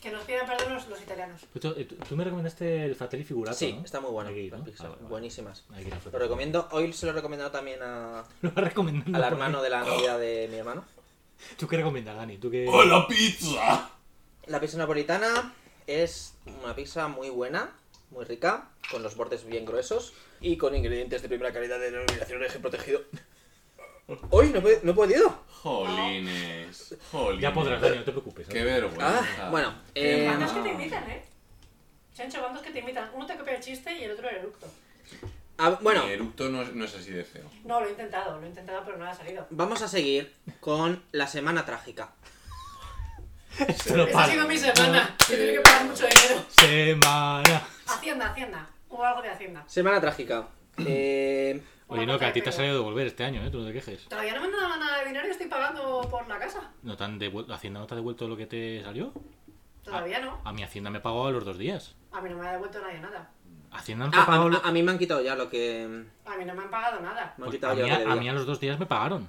Speaker 1: Que nos pidan perdón los, los italianos.
Speaker 3: De hecho, eh, Tú, tú me recomendaste el Fratelli Figurato,
Speaker 4: Sí,
Speaker 3: ¿no?
Speaker 4: está muy bueno.
Speaker 3: Hay que ir,
Speaker 4: las
Speaker 3: ¿no?
Speaker 4: pizzas,
Speaker 3: Ah, vale, vale.
Speaker 4: Buenísimas.
Speaker 3: Hay que ir a
Speaker 4: Lo
Speaker 3: Fratelli.
Speaker 4: recomiendo. Hoy se lo he recomendado también a-
Speaker 3: (laughs) Lo va recomendando
Speaker 4: al
Speaker 3: por ahí.
Speaker 4: hermano de la novia de mi hermano.
Speaker 3: ¿Tú qué recomiendas, Dani? ¿Tú qué...
Speaker 2: ¡Hola, pizza!
Speaker 4: La pizza napolitana es una pizza muy buena, muy rica, con los bordes bien gruesos y con ingredientes de primera calidad de denominación de origen protegido. ¡Uy! No, he- no he podido.
Speaker 2: Jolines. Jolines.
Speaker 3: Ya podrás, Dani, no te preocupes. ¿eh?
Speaker 2: Qué vergüenza.
Speaker 4: Ah, bueno,
Speaker 2: Qué
Speaker 4: eh,
Speaker 1: Bandos que
Speaker 2: mal.
Speaker 1: te imitan, ¿eh? Se han hecho bandos que te imitan. Uno te copia el chiste y el otro el eructo.
Speaker 4: Ah, bueno,
Speaker 2: Mi eructo no, es- no es así de feo.
Speaker 1: No, lo he intentado, lo he intentado, pero no ha salido.
Speaker 4: vamos a seguir con la semana trágica.
Speaker 3: (laughs) Esto no
Speaker 1: Esa ha
Speaker 3: para.
Speaker 1: sido mi semana. Yo tenía que pagar mucho dinero.
Speaker 3: Semana.
Speaker 1: Hacienda, Hacienda. Hubo algo de Hacienda.
Speaker 2: (clears throat)
Speaker 4: Semana trágica. Eh,
Speaker 3: Oye, no, que a ti te ha salido devolver este año, ¿eh? Tú no te quejes.
Speaker 1: Todavía no me han dado nada de dinero y estoy pagando por la casa.
Speaker 3: ¿No te han devuelto, ¿Hacienda no te ha devuelto lo que te salió?
Speaker 1: Todavía no.
Speaker 3: A mi Hacienda me pagó a los dos días.
Speaker 1: A mí no me ha devuelto nadie nada.
Speaker 3: Hacienda no te
Speaker 4: ah,
Speaker 3: ha pagado...
Speaker 4: a,
Speaker 3: lo-
Speaker 4: a- a mí me han quitado ya lo que. Me
Speaker 1: A mí no me han pagado nada.
Speaker 4: han
Speaker 3: Pues
Speaker 4: quitado
Speaker 3: a,
Speaker 4: ya
Speaker 3: mí,
Speaker 4: lo
Speaker 3: a-
Speaker 4: que
Speaker 3: a
Speaker 4: debía.
Speaker 3: mí a los dos días me pagaron.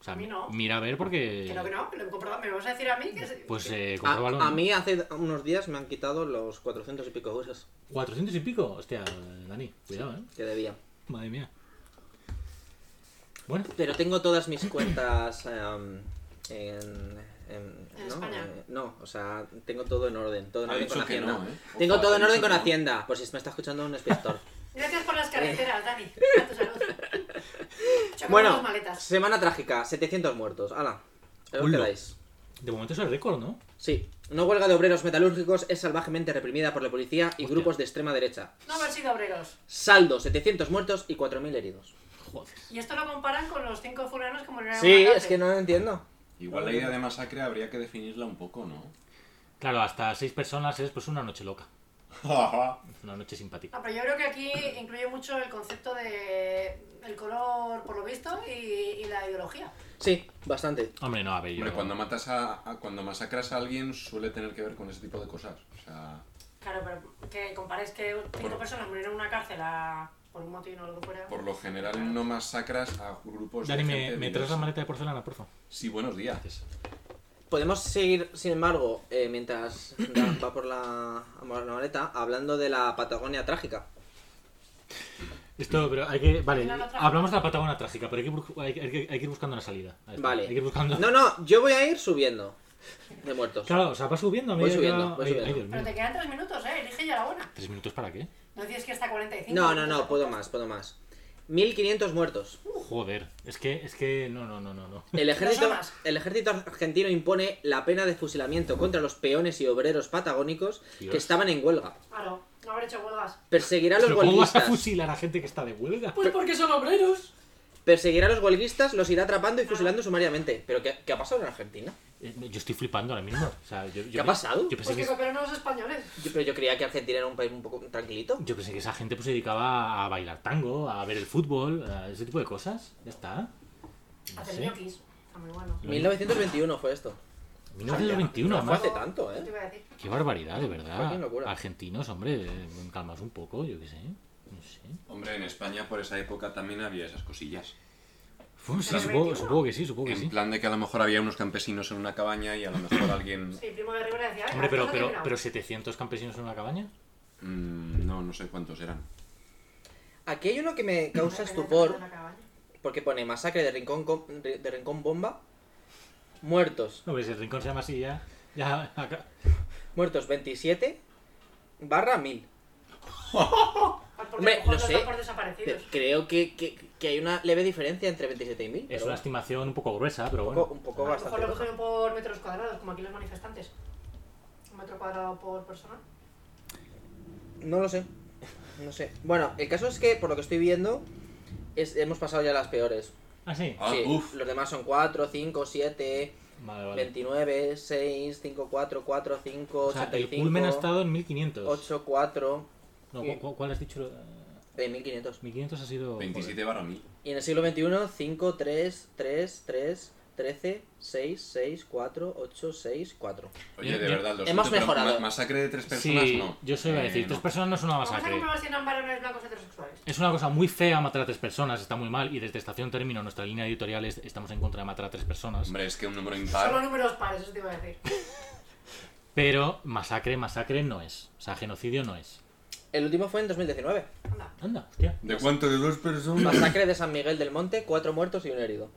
Speaker 3: O sea,
Speaker 1: A mí no.
Speaker 3: mira a ver porque...
Speaker 1: Que no, que no, lo he comprobado. ¿Me vas a decir a mí que se-
Speaker 3: Eh. Pues
Speaker 1: que-
Speaker 3: eh,
Speaker 4: A,
Speaker 3: compruébalo.
Speaker 4: a mí hace unos días me han quitado los 400 y pico euros
Speaker 3: 400 y pico. Hostia, Dani, cuidado, ¿eh?
Speaker 4: que debía.
Speaker 3: Madre mía. Bueno,
Speaker 4: Pero tengo todas mis cuentas em, en. en-
Speaker 1: ¿En
Speaker 4: ¿no?
Speaker 1: España?
Speaker 4: Eh, no, o sea, tengo todo en orden, todo en
Speaker 2: Ha
Speaker 4: orden con
Speaker 2: dicho que
Speaker 4: Hacienda.
Speaker 2: no, ¿eh?
Speaker 4: Tengo
Speaker 2: Ojo,
Speaker 4: todo
Speaker 2: ha
Speaker 4: en orden
Speaker 2: dicho
Speaker 4: con
Speaker 2: que no.
Speaker 4: Hacienda, por si me está escuchando
Speaker 1: (laughs)
Speaker 4: un inspector.
Speaker 1: Gracias por las
Speaker 3: Eh. (laughs)
Speaker 1: carreteras, Dani. A tu salud. Chocamos
Speaker 4: bueno,
Speaker 1: las maletas.
Speaker 4: semana trágica, 700 muertos, ala. ¿Qué os
Speaker 3: Ulo.
Speaker 4: quedáis?
Speaker 3: de momento es el récord, ¿no?
Speaker 4: Sí, una huelga de obreros metalúrgicos es salvajemente reprimida por la policía y
Speaker 3: Hostia.
Speaker 4: grupos de extrema derecha.
Speaker 1: No haber sido obreros.
Speaker 4: Saldo, 700 muertos y 4.000 heridos.
Speaker 3: Joder.
Speaker 1: Y esto lo comparan con los cinco fulanos que murieron en
Speaker 4: Sí,
Speaker 1: Guadalajara.
Speaker 4: es que no lo entiendo.
Speaker 2: Igual la idea de masacre habría que definirla un poco, ¿no?
Speaker 3: Claro, hasta seis personas es pues una noche loca. Una noche simpática.
Speaker 1: No, Ah, pero yo creo que aquí incluye mucho el concepto de el color, por lo visto, y, y la ideología.
Speaker 4: Sí, bastante.
Speaker 3: Hombre, no, a ver,
Speaker 2: (laughs)
Speaker 3: yo...
Speaker 2: Hombre, cuando matas a, a- cuando masacras a alguien suele tener que ver con ese tipo de cosas. O sea,
Speaker 1: Claro, pero que compares que cinco
Speaker 2: Por-
Speaker 1: personas murieron en una cárcel a- por un motín o lo que fuera.
Speaker 2: por lo general no masacras a grupos
Speaker 3: Dani,
Speaker 2: de
Speaker 3: ¿me,
Speaker 2: gente
Speaker 3: me traes
Speaker 2: diversa.
Speaker 3: la maleta de porcelana, por favor?
Speaker 2: Sí, buenos días.
Speaker 4: Podemos seguir, sin embargo, eh, mientras Dan va por la, por la maleta, hablando de la Patagonia trágica.
Speaker 3: Esto, pero hay que... Vale,
Speaker 1: No, no, tra-
Speaker 3: hablamos de la Patagonia trágica, pero hay que, bu- hay que- hay que- hay que ir buscando una salida. a esto.
Speaker 4: Vale.
Speaker 3: Hay que ir buscando...
Speaker 4: No, no, yo voy a ir subiendo de muertos.
Speaker 3: Claro, o sea, va subiendo a
Speaker 4: Voy
Speaker 3: medida que
Speaker 4: subiendo,
Speaker 3: va-
Speaker 4: voy
Speaker 3: ay,
Speaker 4: subiendo.
Speaker 3: ay, Dios mío.
Speaker 1: Pero te quedan tres minutos, ¿eh? Elige ya la buena.
Speaker 3: ¿Tres minutos para qué?
Speaker 1: No dices que está 45.
Speaker 4: No, no, no, puedo más, puedo más. 1.500 muertos.
Speaker 3: Joder, es que, es que, no, no, no, no, no.
Speaker 4: El ejército,
Speaker 1: Dos horas.
Speaker 4: el ejército argentino impone la pena de fusilamiento contra los peones y obreros patagónicos
Speaker 3: Dios.
Speaker 4: que estaban en huelga.
Speaker 1: Claro, no haber hecho huelgas.
Speaker 4: Perseguirá a los
Speaker 3: ¿Pero cómo vas a
Speaker 4: huelguistas.
Speaker 3: fusilar a gente que está de huelga?
Speaker 1: Pues porque son obreros.
Speaker 4: Perseguirá a los huelguistas, los irá atrapando y fusilando sumariamente. ¿Pero qué, qué ha pasado en Argentina?
Speaker 3: Eh, Yo estoy flipando ahora mismo. O sea, yo, yo
Speaker 4: ¿Qué ha
Speaker 3: pe-
Speaker 4: pasado?
Speaker 3: Yo pensé,
Speaker 1: Pues
Speaker 3: que,
Speaker 1: que copiaron a los españoles.
Speaker 4: Yo, pero yo creía que Argentina era un país un poco tranquilito.
Speaker 3: yo pensé que esa gente pues, se dedicaba a bailar tango, a ver el fútbol, a ese tipo de cosas. Ya está. No
Speaker 1: Hacer
Speaker 3: sé.
Speaker 1: ñoquis. Está muy bueno.
Speaker 4: ¿Eh? 1921 fue esto.
Speaker 3: 1921,
Speaker 4: No fue
Speaker 3: además.
Speaker 4: hace tanto,
Speaker 1: Yo
Speaker 4: ¿eh?
Speaker 1: te iba a decir.
Speaker 3: Qué barbaridad, de
Speaker 4: Fucking
Speaker 3: verdad.
Speaker 4: locura.
Speaker 3: Argentinos, hombre, eh, calmaos un poco, yo qué sé. No sé.
Speaker 2: Hombre, en España por esa época también había esas cosillas.
Speaker 3: Fue- sí,
Speaker 1: ¿En el
Speaker 3: supongo,
Speaker 1: 21?
Speaker 3: supongo que sí, supongo que
Speaker 2: En
Speaker 3: sí.
Speaker 2: plan de que a lo mejor había unos campesinos en una cabaña y a lo mejor alguien...
Speaker 1: Sí, primo de Rivera decía. "Venga,
Speaker 3: Hombre, pero,
Speaker 1: estás
Speaker 3: pero,
Speaker 1: adivinado".
Speaker 3: pero 700 campesinos en una cabaña.
Speaker 2: Mm, no, no sé cuántos eran.
Speaker 4: Aquí hay uno que me causa
Speaker 1: Venga,
Speaker 4: estupor
Speaker 1: venga, venga, venga.
Speaker 4: porque pone masacre de Rincón, com- de Rincón Bomba. Muertos.
Speaker 3: No, pues el rincón se llama así ya. ya acá.
Speaker 4: Muertos 27 barra 1000.
Speaker 1: Pues Porque
Speaker 4: Hombre,
Speaker 1: a lo mejor
Speaker 4: no
Speaker 1: los
Speaker 4: sé.
Speaker 1: dan por
Speaker 4: Pero
Speaker 1: desaparecidos.
Speaker 4: creo que, que- que hay una leve diferencia entre 27 y 1000.
Speaker 3: Es
Speaker 4: pero
Speaker 3: una
Speaker 4: bueno,
Speaker 3: estimación un poco gruesa, pero
Speaker 4: un
Speaker 3: bueno.
Speaker 4: poco, un poco
Speaker 1: A lo mejor
Speaker 4: bastante.
Speaker 1: lo
Speaker 4: baja.
Speaker 1: cogieron por metros cuadrados, como aquí los manifestantes. Un metro cuadrado por persona.
Speaker 4: No lo sé. No sé. Bueno, el caso es que, por lo que estoy viendo, es- hemos pasado ya las peores.
Speaker 3: Ah, sí.
Speaker 2: Ah,
Speaker 4: Sí,
Speaker 2: uf.
Speaker 4: Los demás son 4, 5, 7,
Speaker 3: Vale, vale.
Speaker 4: 29, 6, 5, 4, 4, 5,
Speaker 3: O sea, el
Speaker 4: 85,
Speaker 3: culmen ha estado en 1500.
Speaker 4: 8, 4,
Speaker 3: No,
Speaker 4: Sí.
Speaker 3: ¿cu- cu- ¿Cuál has dicho? Eh,
Speaker 4: eh, 1500.
Speaker 3: 1500 ha sido.
Speaker 2: 27 barra 1000.
Speaker 4: Y en el siglo XXI, 5, 3, 3, 3, 13, 6, 6, 4, 8, 6, 4.
Speaker 2: Oye, de
Speaker 3: Yo-
Speaker 2: verdad, lo
Speaker 4: hemos
Speaker 2: siento, pero
Speaker 4: mejorado.
Speaker 2: ma- masacre de tres
Speaker 3: Joder.
Speaker 2: personas
Speaker 3: sí,
Speaker 2: no.
Speaker 3: yo soy iba a
Speaker 2: Eh,
Speaker 3: decir,
Speaker 2: no.
Speaker 3: tres personas no es una
Speaker 1: Vamos a
Speaker 3: masacre.
Speaker 1: comprobar si eran varones blancos heterosexuales.
Speaker 3: Es una cosa muy fea matar a tres personas, está muy mal. Y desde Estación Término, nuestra línea editorial, es- estamos en contra de matar a tres personas.
Speaker 2: Hombre, es que un número
Speaker 1: Solo
Speaker 2: impar...
Speaker 1: números pares, eso te iba a decir.
Speaker 3: Pero masacre, masacre no es. O sea, genocidio no es.
Speaker 4: El último fue en 2019.
Speaker 1: Anda.
Speaker 3: Anda, hostia.
Speaker 2: ¿De cuánto? ¿De dos personas?
Speaker 4: Masacre de San Miguel del Monte, 4 muertos y un herido.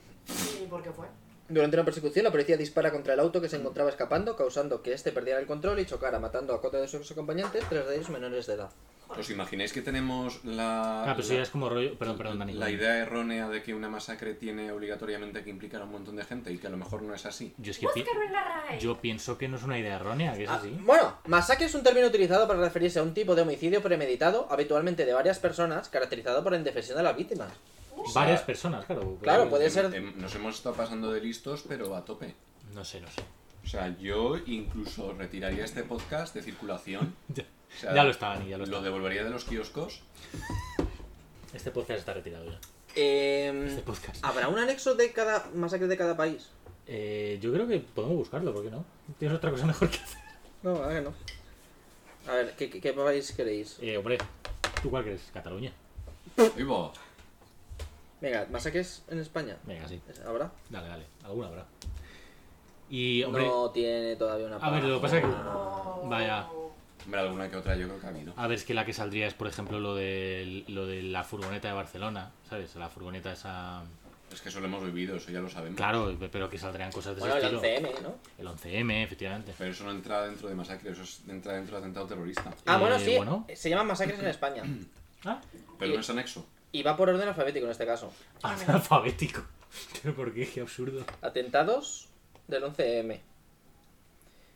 Speaker 1: ¿Y por qué fue?
Speaker 4: Durante una persecución, la policía dispara contra el auto que se encontraba escapando, causando que este perdiera el control y chocara, matando a cuatro de sus acompañantes, tres de ellos menores de edad.
Speaker 2: ¿Os imagináis que tenemos la,
Speaker 3: Ah, pero eso
Speaker 2: la-
Speaker 3: ya es como rollo. Perdón, perdón, Dani.
Speaker 2: la idea errónea de que una masacre tiene obligatoriamente que implicar a un montón de gente y que a lo mejor no es así?
Speaker 3: Yo es que pi-
Speaker 1: Búscalo en la RAE.
Speaker 3: yo pienso que no es una idea errónea, que es
Speaker 4: Ah,
Speaker 3: así.
Speaker 4: Bueno, masacre es un término utilizado para referirse a un tipo de homicidio premeditado, habitualmente de varias personas, caracterizado por la indefensión de las víctimas.
Speaker 3: Varias personas, claro.
Speaker 4: Claro, puede
Speaker 2: Em-
Speaker 4: ser-
Speaker 2: em- Nos hemos estado pasando de listos, pero a tope.
Speaker 3: No sé, no sé.
Speaker 2: O sea, yo incluso retiraría este podcast de circulación.
Speaker 3: Ya,
Speaker 2: O sea,
Speaker 3: (laughs) ya lo está, Dani, ya lo
Speaker 2: Lo
Speaker 3: está.
Speaker 2: devolvería de los kioscos.
Speaker 3: Este podcast está retirado ya.
Speaker 4: Em,
Speaker 2: Mm.
Speaker 3: Este podcast.
Speaker 4: ¿Habrá un anexo de cada masacre de cada país?
Speaker 3: Eh, yo creo que podemos buscarlo, ¿por qué no? Tienes otra cosa mejor que hacer.
Speaker 4: No, a ver, no. A ver, ¿qué, qué- qué país queréis?
Speaker 3: Eh, hombre, ¿tú cuál crees? Cataluña.
Speaker 2: Vivo.
Speaker 4: Venga, masacres en España.
Speaker 3: Venga, sí.
Speaker 4: ¿Habrá?
Speaker 3: Dale, dale. Alguna habrá. Y, hombre,
Speaker 4: No tiene todavía una
Speaker 3: a ver, lo que pasa es que.
Speaker 1: Oh.
Speaker 3: Vaya.
Speaker 2: Hombre, alguna que otra yo creo que ha habido.
Speaker 3: A ver, es que la que saldría es, por ejemplo, lo de, lo de la furgoneta de Barcelona, ¿sabes? La furgoneta esa.
Speaker 2: Es que eso lo hemos vivido, eso ya lo sabemos.
Speaker 3: Claro, pero pues que saldrían cosas de
Speaker 4: Bueno,
Speaker 3: ese
Speaker 4: el
Speaker 3: estilo.
Speaker 4: 11M, ¿no?
Speaker 3: El 11M, efectivamente.
Speaker 2: Pero eso no entra dentro de masacre, eso es- entra dentro de atentado terrorista.
Speaker 4: Ah, bueno,
Speaker 3: Eh,
Speaker 4: sí.
Speaker 3: bueno.
Speaker 4: Se llaman masacres en España.
Speaker 3: Ah,
Speaker 2: Pero no es anexo.
Speaker 4: Y va por orden alfabético en este caso.
Speaker 3: Ah, alfabético. (laughs) Pero ¿por qué? Qué absurdo.
Speaker 4: Atentados del 11M.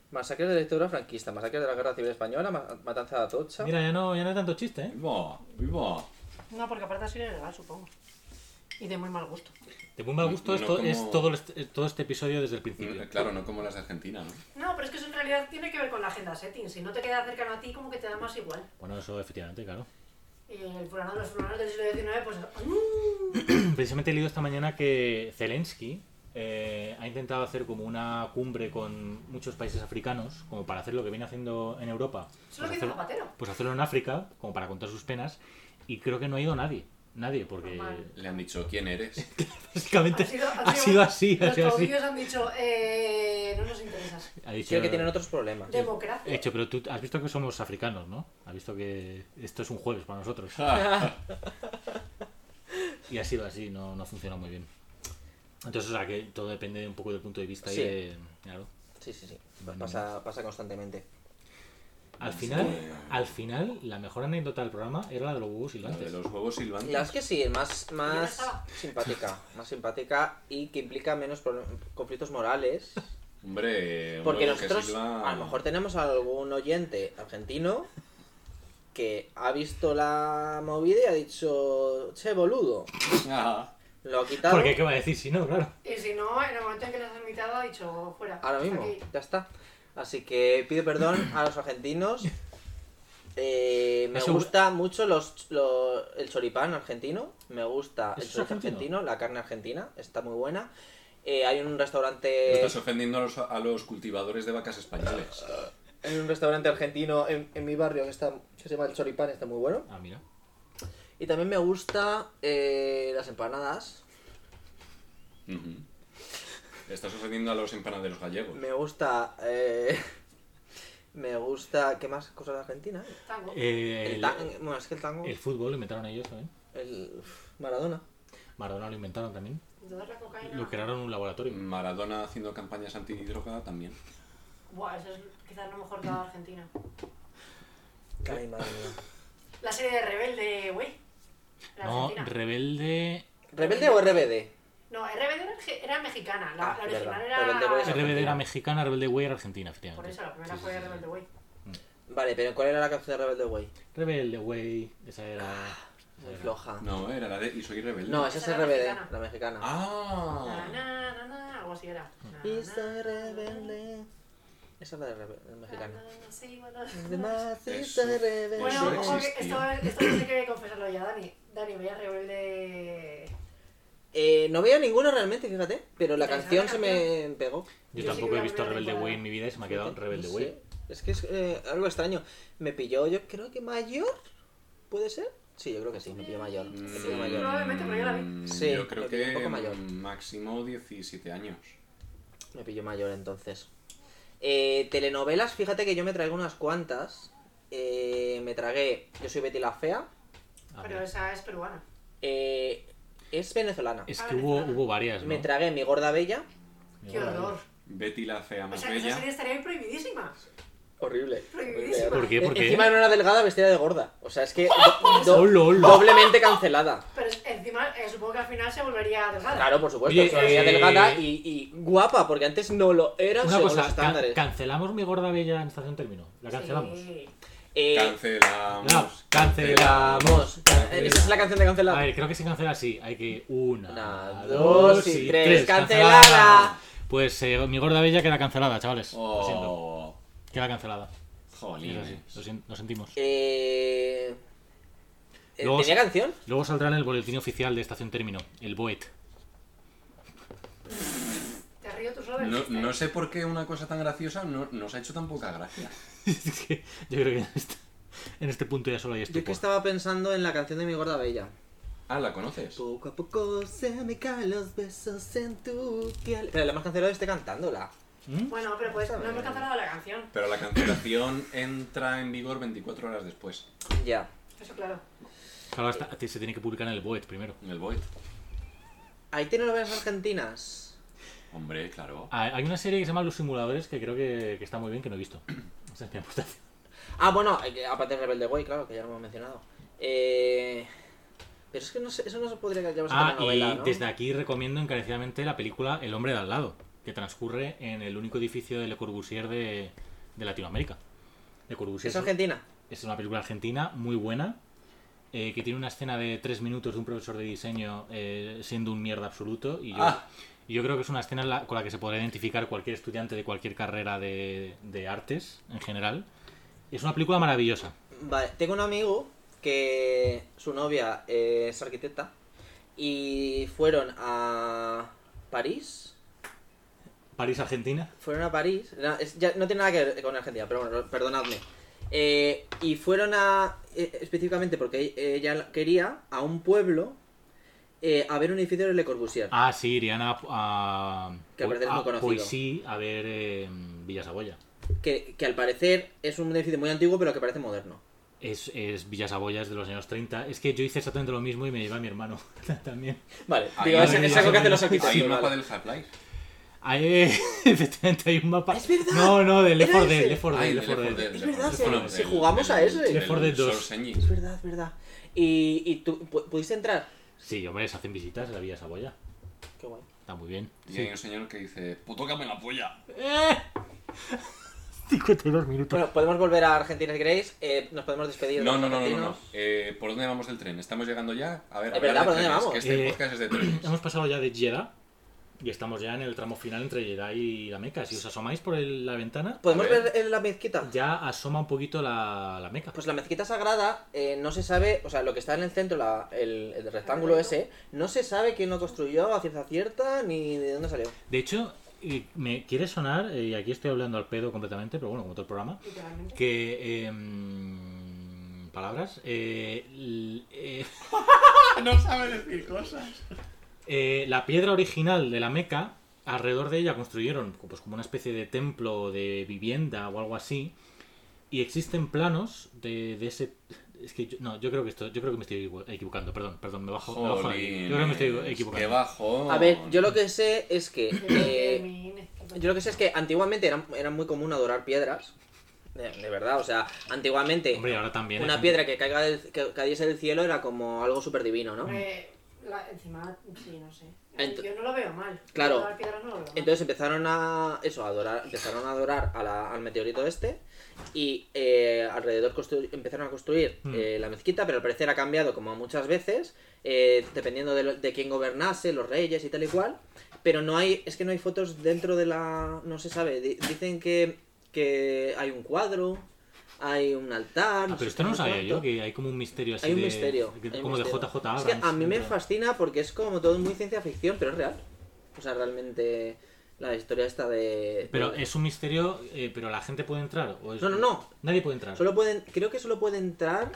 Speaker 4: Masacres de la dictadura franquista, masacres de la guerra civil española, ma- matanza de Atocha.
Speaker 3: Mira, ya no, ya no hay tanto chiste, ¿eh?
Speaker 2: Vivo, vivo.
Speaker 1: No, porque aparte ha sido ilegal, supongo. Y de muy mal gusto.
Speaker 3: De muy mal
Speaker 2: No,
Speaker 3: gusto
Speaker 2: no
Speaker 3: esto
Speaker 2: como-
Speaker 3: es todo, este, todo este episodio desde el principio.
Speaker 2: Mm, Claro, no como las de Argentina, ¿no?
Speaker 1: No, pero es que eso en realidad tiene que ver con la agenda setting. Si no te queda cercano a ti, como que te da más igual.
Speaker 3: Bueno, eso efectivamente, claro.
Speaker 1: Y el fulano de los fulanos del siglo XIX, pues... ¡uh!
Speaker 3: Precisamente he leído esta mañana que Zelensky eh, ha intentado hacer como una cumbre con muchos países africanos, como para hacer lo que viene haciendo en Europa.
Speaker 1: Eso es lo que
Speaker 3: hacer-
Speaker 1: hizo Zapatero.
Speaker 3: pues hacerlo en África, como para contar sus penas, y creo que no ha ido nadie. Nadie, porque
Speaker 1: Normal.
Speaker 2: Le han dicho quién
Speaker 4: (laughs)
Speaker 2: eres.
Speaker 3: (laughs) básicamente
Speaker 1: Ha sido, ha
Speaker 3: ha
Speaker 1: sido-
Speaker 3: sido así, ha
Speaker 1: Los
Speaker 3: sido así.
Speaker 1: caudillos han dicho, eh, no nos interesas.
Speaker 3: Ha dicho,
Speaker 4: Creo que tienen otros problemas.
Speaker 1: Democracia.
Speaker 3: He dicho, pero tú has visto que somos africanos, ¿no? Has visto que esto es un jueves para
Speaker 4: (laughs)
Speaker 3: nosotros. y ha sido así, no, no funciona muy bien. Entonces, o sea, que todo depende un poco del punto de vista
Speaker 4: Sí.
Speaker 3: y de... Claro.
Speaker 4: Sí, sí, sí. Pasa, pasa constantemente.
Speaker 3: Al final, al final, la mejor anécdota del programa era la de los huevos y
Speaker 2: La de los huevos silbantes.
Speaker 4: La verdad es que sí, es más,
Speaker 1: Yo no
Speaker 4: más
Speaker 1: estaba.
Speaker 4: simpática. Más simpática y que implica menos pro- conflictos morales.
Speaker 3: (laughs)
Speaker 2: Hombre, un
Speaker 4: Porque
Speaker 2: huevo que
Speaker 4: nosotros
Speaker 2: silba-
Speaker 4: a lo mejor tenemos algún oyente argentino que ha visto la movida y ha dicho, che, boludo,
Speaker 2: (laughs) Ah.
Speaker 4: lo ha quitado.
Speaker 3: Porque, ¿qué va a decir si no? Claro.
Speaker 1: Y si no, en el momento en que les has invitado, ha dicho, fuera.
Speaker 4: Ahora
Speaker 1: hasta
Speaker 4: mismo,
Speaker 1: aquí.
Speaker 4: ya está. Así que pido perdón a los argentinos.
Speaker 3: (laughs)
Speaker 4: Eh, me
Speaker 3: Eso-
Speaker 4: gusta mucho los, lo- el choripán argentino. Me gusta el
Speaker 3: ¿Eso es
Speaker 4: choripán
Speaker 3: argentino?
Speaker 4: argentino, la carne argentina, está muy buena. Eh, hay un restaurante.
Speaker 2: Estás ofendiendo a los, a los cultivadores de vacas españoles.
Speaker 4: En un restaurante argentino en, en mi barrio que, está, que se llama El Choripán, está muy bueno.
Speaker 3: Ah, mira.
Speaker 4: Y también me gusta eh, las empanadas.
Speaker 2: Ujú. Estás ofendiendo a los empanaderos gallegos.
Speaker 4: Me gusta. eh, (laughs) me gusta. ¿Qué más cosas de Argentina? hay?
Speaker 1: Tango.
Speaker 3: Eh,
Speaker 4: El
Speaker 3: el,
Speaker 4: tan- Bueno, es que el tango.
Speaker 3: el fútbol lo inventaron ellos también.
Speaker 4: El Maradona.
Speaker 3: Maradona lo inventaron también.
Speaker 1: Entonces la cocaína...
Speaker 3: Lo crearon en un laboratorio.
Speaker 4: Mm.
Speaker 2: Maradona haciendo campañas antidroga también.
Speaker 1: Buah, eso es quizás lo mejor que ha dado Argentina.
Speaker 4: Ay, madre mía.
Speaker 1: La serie de Rebelde, güey. La
Speaker 3: No,
Speaker 1: Argentina.
Speaker 3: Rebelde...
Speaker 4: ¿Rebelde o RBD?
Speaker 1: No, Rebelde era arge- era mexicana. La,
Speaker 4: Ah,
Speaker 1: la original
Speaker 4: verdad.
Speaker 1: era...
Speaker 4: Rebelde Way es
Speaker 3: Rebelde
Speaker 4: Argentina.
Speaker 3: era mexicana, Rebelde Way era argentina, efectivamente.
Speaker 1: Por eso, la primera
Speaker 3: Sí, sí,
Speaker 1: fue
Speaker 3: sí, sí.
Speaker 1: Rebelde, güey.
Speaker 4: Vale, pero ¿cuál era la canción de Rebelde Way?
Speaker 3: Rebelde Way, esa era...
Speaker 4: Ah. Muy floja. No,
Speaker 2: No, Ah. era la de Y soy rebelde.
Speaker 4: esa es
Speaker 1: Esa era
Speaker 4: RBD,
Speaker 1: mexicana.
Speaker 4: la mexicana.
Speaker 1: Na,
Speaker 2: Ah.
Speaker 1: na, na, na, algo así era. Na,
Speaker 4: Y
Speaker 1: na,
Speaker 4: soy
Speaker 1: na,
Speaker 4: rebelde. Esa es la de rebelde,
Speaker 1: na,
Speaker 4: mexicana.
Speaker 1: na, sí, bueno.
Speaker 4: Además, sí,
Speaker 2: Eso-
Speaker 4: soy rebelde.
Speaker 1: Bueno,
Speaker 2: Eso
Speaker 1: ojo, que
Speaker 2: existió.
Speaker 1: esto, esto no sé qué confesarlo ya, Dani. Dani, veía Rebelde...
Speaker 4: Eh, no veo ninguno realmente, fíjate, pero la
Speaker 1: Esa es la
Speaker 4: canción se me pegó.
Speaker 3: Yo,
Speaker 1: Yo sí
Speaker 3: tampoco
Speaker 1: que
Speaker 3: he
Speaker 1: la
Speaker 3: visto
Speaker 1: primera
Speaker 3: Rebelde
Speaker 1: temporada.
Speaker 3: Way en mi vida y se me ha quedado
Speaker 4: Fíjate,
Speaker 3: Rebelde
Speaker 4: no
Speaker 3: Way.
Speaker 4: sé. Es que es eh, algo extraño. Me pilló, yo creo que mayor, ¿puede ser? Sí, yo creo que sí, me pilló mayor. Me
Speaker 3: Mm.
Speaker 4: pilló
Speaker 1: Sí,
Speaker 4: mayor.
Speaker 1: probablemente, pero yo la vi.
Speaker 2: Mm,
Speaker 4: Sí,
Speaker 2: yo creo
Speaker 4: lo vi un
Speaker 2: que
Speaker 4: poco mayor.
Speaker 2: máximo 17 años.
Speaker 4: Me pilló mayor entonces. Eh, telenovelas, fíjate que yo me traigo unas cuantas. Eh, me tragué Yo soy Betty la Fea.
Speaker 3: Ah,
Speaker 1: Pero
Speaker 3: mira.
Speaker 1: esa es peruana.
Speaker 4: Eh, es venezolana.
Speaker 3: Es
Speaker 1: Ah,
Speaker 3: que hubo,
Speaker 1: venezolana.
Speaker 3: hubo varias, ¿no?
Speaker 4: Me tragué Mi Gorda Bella.
Speaker 1: Qué horror.
Speaker 2: Betty la fea
Speaker 1: O
Speaker 2: más
Speaker 1: sea, que esa serie
Speaker 2: bella.
Speaker 1: estaría ahí prohibidísima.
Speaker 4: Horrible.
Speaker 1: Prohibidísima.
Speaker 3: ¿Por qué?
Speaker 4: E-
Speaker 3: ¿Por qué? Oh,
Speaker 4: Encima era una delgada vestida de gorda. O sea, es
Speaker 3: (laughs)
Speaker 4: que do- do-
Speaker 3: Hola, hola.
Speaker 4: doblemente cancelada.
Speaker 1: Pero es- encima, eh, supongo que al final se volvería delgada.
Speaker 4: Claro, por supuesto.
Speaker 3: Oye,
Speaker 4: se veía
Speaker 3: eh,
Speaker 4: delgada y, y guapa, porque antes no lo era
Speaker 3: Una
Speaker 4: según
Speaker 3: cosa,
Speaker 4: los
Speaker 3: ca-
Speaker 4: estándares.
Speaker 3: cancelamos mi gorda bella en estación término. La cancelamos.
Speaker 1: Sí.
Speaker 4: Eh,
Speaker 2: Cancelamos.
Speaker 3: No, cancelamos.
Speaker 4: vamos, can- eh, Esa es la canción de
Speaker 3: A
Speaker 4: cancelada.
Speaker 3: ver, creo que se cancela así. Hay que. Una,
Speaker 4: Una, dos y tres. ¡Cancelada!
Speaker 3: Pues eh, mi gorda bella queda cancelada, chavales. Lo siento.
Speaker 2: Oh,
Speaker 3: Queda cancelada. Es así,
Speaker 2: jolín.
Speaker 3: Lo, sien- lo sentimos.
Speaker 4: Eh, eh,
Speaker 3: Luego
Speaker 4: ¿Tenía
Speaker 3: se-
Speaker 4: canción?
Speaker 3: Luego saldrá en el boletín oficial de Estación Término, el BOET. (laughs)
Speaker 1: Te río tú solo del
Speaker 2: No,
Speaker 1: chiste.
Speaker 2: no sé por qué una cosa tan graciosa no, nos ha hecho tan poca gracia.
Speaker 3: Es que Yo creo que en este, en este punto ya solo hay
Speaker 4: Yo es que
Speaker 3: estupor.
Speaker 4: estaba pensando en la canción de mi gorda bella.
Speaker 2: Ah, ¿la conoces?
Speaker 4: Poco a poco se me caen los besos en tu piel. Pero la hemos cancelado esté cantándola.
Speaker 3: ¿Mm?
Speaker 1: Bueno, pero pues no hemos cancelado la canción.
Speaker 2: Pero la cancelación entra en vigor 24 horas después,
Speaker 4: Ya.
Speaker 1: Eso claro.
Speaker 3: Claro, hasta- se tiene que publicar en el BOET primero.
Speaker 2: en el BOET.
Speaker 4: Hay telenovelas argentinas.
Speaker 2: Hombre, claro.
Speaker 3: Ah, Hay una serie que se llama Los Simuladores que creo que, que está muy bien, que no he visto. (coughs) Esa es mi aportación.
Speaker 4: Ah, bueno, eh, aparte de Rebelde Way, claro, que ya lo hemos mencionado. Eh, pero es que no sé, eso no se podría llamarse
Speaker 3: Ah,
Speaker 4: telenovela,
Speaker 3: y
Speaker 4: ¿no?
Speaker 3: desde aquí recomiendo encarecidamente la película El hombre de al lado, que transcurre en el único edificio de Le Corbusier de, de Latinoamérica. Le Corbusier
Speaker 4: ¿Es argentina?
Speaker 3: es una película argentina muy buena, eh, que tiene una escena de tres minutos de un profesor de diseño eh, siendo un mierda absoluto. Y yo,
Speaker 2: Ah.
Speaker 3: y yo creo que es una escena en la- con la que se podrá identificar cualquier estudiante de cualquier carrera de, de artes en general. Es una película maravillosa.
Speaker 4: Vale, tengo un amigo que su novia eh, es arquitecta y fueron a París.
Speaker 3: París, Argentina.
Speaker 4: Fueron a París. No, es- ya, no tiene nada que ver con Argentina, pero bueno, perdonadme. Eh, y fueron a. eh, específicamente porque ella quería a un pueblo eh, a ver un edificio de Le Corbusier.
Speaker 3: Ah, sí, irían a. a
Speaker 4: Que al parecer es muy
Speaker 3: a
Speaker 4: conocido.
Speaker 3: Poissy, a ver eh, Villa Saboya.
Speaker 4: Que, que al parecer es un edificio muy antiguo, pero que parece moderno.
Speaker 3: Es, es Villa Saboya es de los años 30. Es que yo hice exactamente lo mismo y me lleva mi hermano (laughs) también.
Speaker 4: Vale,
Speaker 2: Ahí
Speaker 4: digo, es,
Speaker 3: hay-
Speaker 4: es algo que hacen los
Speaker 2: Hay
Speaker 4: arquitectos.
Speaker 2: un mapa
Speaker 4: vale.
Speaker 2: del Half-Life.
Speaker 3: Ah, eh, (laughs) efectivamente hay un mapa.
Speaker 4: Es verdad.
Speaker 3: No, no, de Left
Speaker 4: Era
Speaker 3: 4 Dead,
Speaker 4: ese.
Speaker 3: Left 4
Speaker 2: Ay,
Speaker 3: Dead,
Speaker 2: de
Speaker 3: Left 4
Speaker 2: Left 4
Speaker 3: Dead.
Speaker 2: Dead,
Speaker 4: Es
Speaker 2: de Left 4
Speaker 4: verdad,
Speaker 2: Dead,
Speaker 4: si-
Speaker 2: del-
Speaker 4: si jugamos a
Speaker 2: del-
Speaker 4: ese.
Speaker 3: Left 4 Dead
Speaker 2: del
Speaker 3: 2.
Speaker 2: Source Engine.
Speaker 4: Es verdad, es verdad. Y, y tú pu- pudiste entrar.
Speaker 3: Sí, hombre, se hacen visitas a la Villa Saboya.
Speaker 4: Qué guay.
Speaker 3: Está muy bien. Eh.
Speaker 2: Y hay un señor que dice, putócame la polla.
Speaker 3: (laughs) 52 minutos.
Speaker 4: Bueno, podemos volver a Argentina si queréis. eh, nos podemos despedir. de
Speaker 2: No,
Speaker 4: los
Speaker 2: no, no, no, no. no.
Speaker 4: argentinos.
Speaker 2: Eh, ¿Por dónde vamos del tren? ¿Estamos llegando ya? A ver,
Speaker 4: Es
Speaker 2: hablar
Speaker 4: verdad,
Speaker 2: de
Speaker 4: ¿por dónde
Speaker 2: trenes,
Speaker 4: vamos?
Speaker 2: Que este
Speaker 3: Eh,
Speaker 2: podcast es de
Speaker 3: (laughs)
Speaker 2: trenes.
Speaker 3: Hemos pasado ya de Jeddah y estamos ya en el tramo final entre Jeddah y la Meca. Si os asomáis por el- la ventana,
Speaker 4: ¿Podemos
Speaker 2: A ver.
Speaker 4: ver, eh, la mezquita?
Speaker 3: ya asoma un poquito la, la Meca.
Speaker 4: Pues la mezquita sagrada eh, no se sabe, o sea, lo que está en el centro, la- el, el rectángulo ese, no se sabe quién lo construyó a ciencia cierta ni de dónde salió.
Speaker 3: De hecho, eh, me quiere sonar, eh, y aquí estoy hablando al pedo completamente, pero bueno, como todo el programa,
Speaker 1: Literalmente.
Speaker 3: que... eh, mm, palabras. eh, l- eh,
Speaker 2: (laughs) No sabe decir cosas.
Speaker 3: eh, la piedra original de la Meca, alrededor de ella construyeron pues, como una especie de templo o de vivienda o algo así. Y existen planos de, de ese... Es que yo, no, yo creo que esto, yo creo que me estoy equivo- equivocando, perdón, perdón, me bajo, me bajo de aquí. Yo creo que me estoy
Speaker 2: Qué
Speaker 3: equivocando.
Speaker 2: bajo.
Speaker 4: A ver, yo lo que sé es que... eh,
Speaker 1: Gemini.
Speaker 4: Yo lo que sé es que antiguamente era, era muy común adorar piedras. De, de verdad, o sea, antiguamente
Speaker 3: Hombre, y ahora también. hay
Speaker 4: una
Speaker 3: gente-
Speaker 4: piedra que, caiga del- que cayese del cielo era como algo súper divino, ¿no?
Speaker 1: Eh, la- encima, sí, no sé.
Speaker 4: Ent-
Speaker 1: Yo no lo veo mal.
Speaker 4: Claro.
Speaker 1: Yo la piedra no lo veo mal.
Speaker 4: Entonces empezaron a eso, a adorar, empezaron a adorar a la- al meteorito este y eh, alrededor constru- empezaron a construir
Speaker 3: Hmm.
Speaker 4: eh, la mezquita, pero al parecer ha cambiado como muchas veces, eh, dependiendo de, lo- de quién gobernase, los reyes y tal y cual. Pero no hay, es que no hay fotos dentro de la, no se sabe. di- dicen que, que hay un cuadro, hay un altar.
Speaker 3: Ah, pero
Speaker 4: sé
Speaker 3: esto no lo
Speaker 4: cuánto.
Speaker 3: sabía yo, que hay como un misterio así
Speaker 4: Hay un
Speaker 3: de-
Speaker 4: misterio.
Speaker 3: que-
Speaker 4: hay un
Speaker 3: como
Speaker 4: misterio.
Speaker 3: de JJ Abrams.
Speaker 4: Es que a mí me
Speaker 3: dentro de-
Speaker 4: fascina porque es como todo muy ciencia ficción, pero es real. O sea, realmente la historia está de.
Speaker 3: Pero
Speaker 4: de-
Speaker 3: es un misterio, eh, pero la gente puede entrar. ¿o es-
Speaker 4: No, no, no.
Speaker 3: Nadie puede entrar.
Speaker 4: Solo pueden, creo que solo puede entrar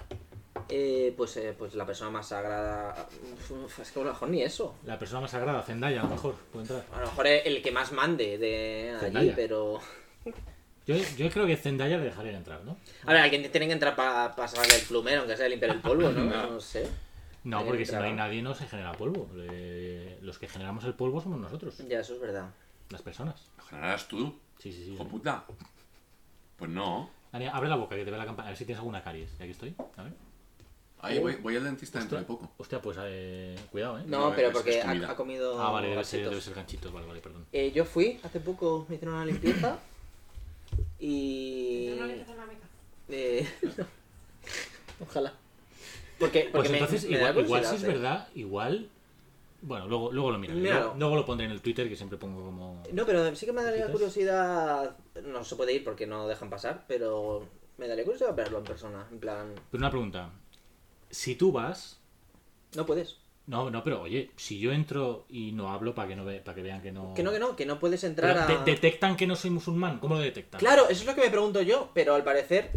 Speaker 4: eh, pues, eh, pues la persona más sagrada. Uf, Es que a lo mejor ni eso.
Speaker 3: La persona más sagrada, Zendaya, a lo mejor, puede entrar.
Speaker 4: A lo mejor eh, el que más mande de allí,
Speaker 3: Zendaya.
Speaker 4: pero.
Speaker 3: Yo, yo creo que Zendaya le dejarían entrar, ¿no?
Speaker 4: A ver, alguien tiene que entrar para pasar el plumero, aunque sea limpiar el polvo, ¿no? No,
Speaker 2: No.
Speaker 4: sé.
Speaker 3: (laughs) No,
Speaker 4: Nadie
Speaker 3: porque si no
Speaker 4: entraba.
Speaker 3: hay nadie no se genera polvo. Le- Los que generamos el polvo somos nosotros.
Speaker 4: Ya, eso es verdad.
Speaker 3: Las personas.
Speaker 2: ¿Lo generarás tú?
Speaker 3: Sí, sí, sí.
Speaker 2: Hijo puta. Pues no.
Speaker 3: Dani, abre la boca que te ve la campana. A ver si tienes alguna caries. Y aquí estoy. A ver.
Speaker 2: Ahí voy, voy al dentista dentro de
Speaker 3: Hostia,
Speaker 2: poco.
Speaker 3: hostia, pues eh, cuidado, ¿eh?
Speaker 2: No,
Speaker 4: No, pero
Speaker 2: es- es
Speaker 4: porque ha,
Speaker 2: comida.
Speaker 4: ha comido.
Speaker 3: Ah, vale, debe ser,
Speaker 4: gansitos.
Speaker 3: debe ser ganchitos. Vale, vale, perdón.
Speaker 4: Eh, yo fui hace poco, me hicieron una limpieza. y.
Speaker 1: Yo no le quiero hacer una mica.
Speaker 4: Eh, (laughs) Ojalá. Porque,
Speaker 3: Pues
Speaker 4: porque me-
Speaker 3: entonces,
Speaker 4: me da
Speaker 3: igual, igual si
Speaker 4: curiosidad,
Speaker 3: es
Speaker 4: eh.
Speaker 3: verdad, igual... Bueno, luego, luego lo miraré.
Speaker 4: Míralo.
Speaker 3: Luego, luego lo pondré en el Twitter, que siempre pongo como...
Speaker 4: No, pero sí que me daría
Speaker 3: ¿Citas?
Speaker 4: curiosidad. No se puede ir porque no dejan pasar, pero me daría curiosidad verlo en persona. En plan,
Speaker 3: Pero una pregunta. Si tú vas...
Speaker 4: no puedes.
Speaker 3: No, no, pero oye, si yo entro y no hablo para que no ve, para que vean que no...
Speaker 4: Que no, que no, que no puedes entrar
Speaker 3: Pero
Speaker 4: a.
Speaker 3: de- detectan que no soy musulmán, ¿cómo lo detectan?
Speaker 4: Claro, eso es lo que me pregunto yo, pero al parecer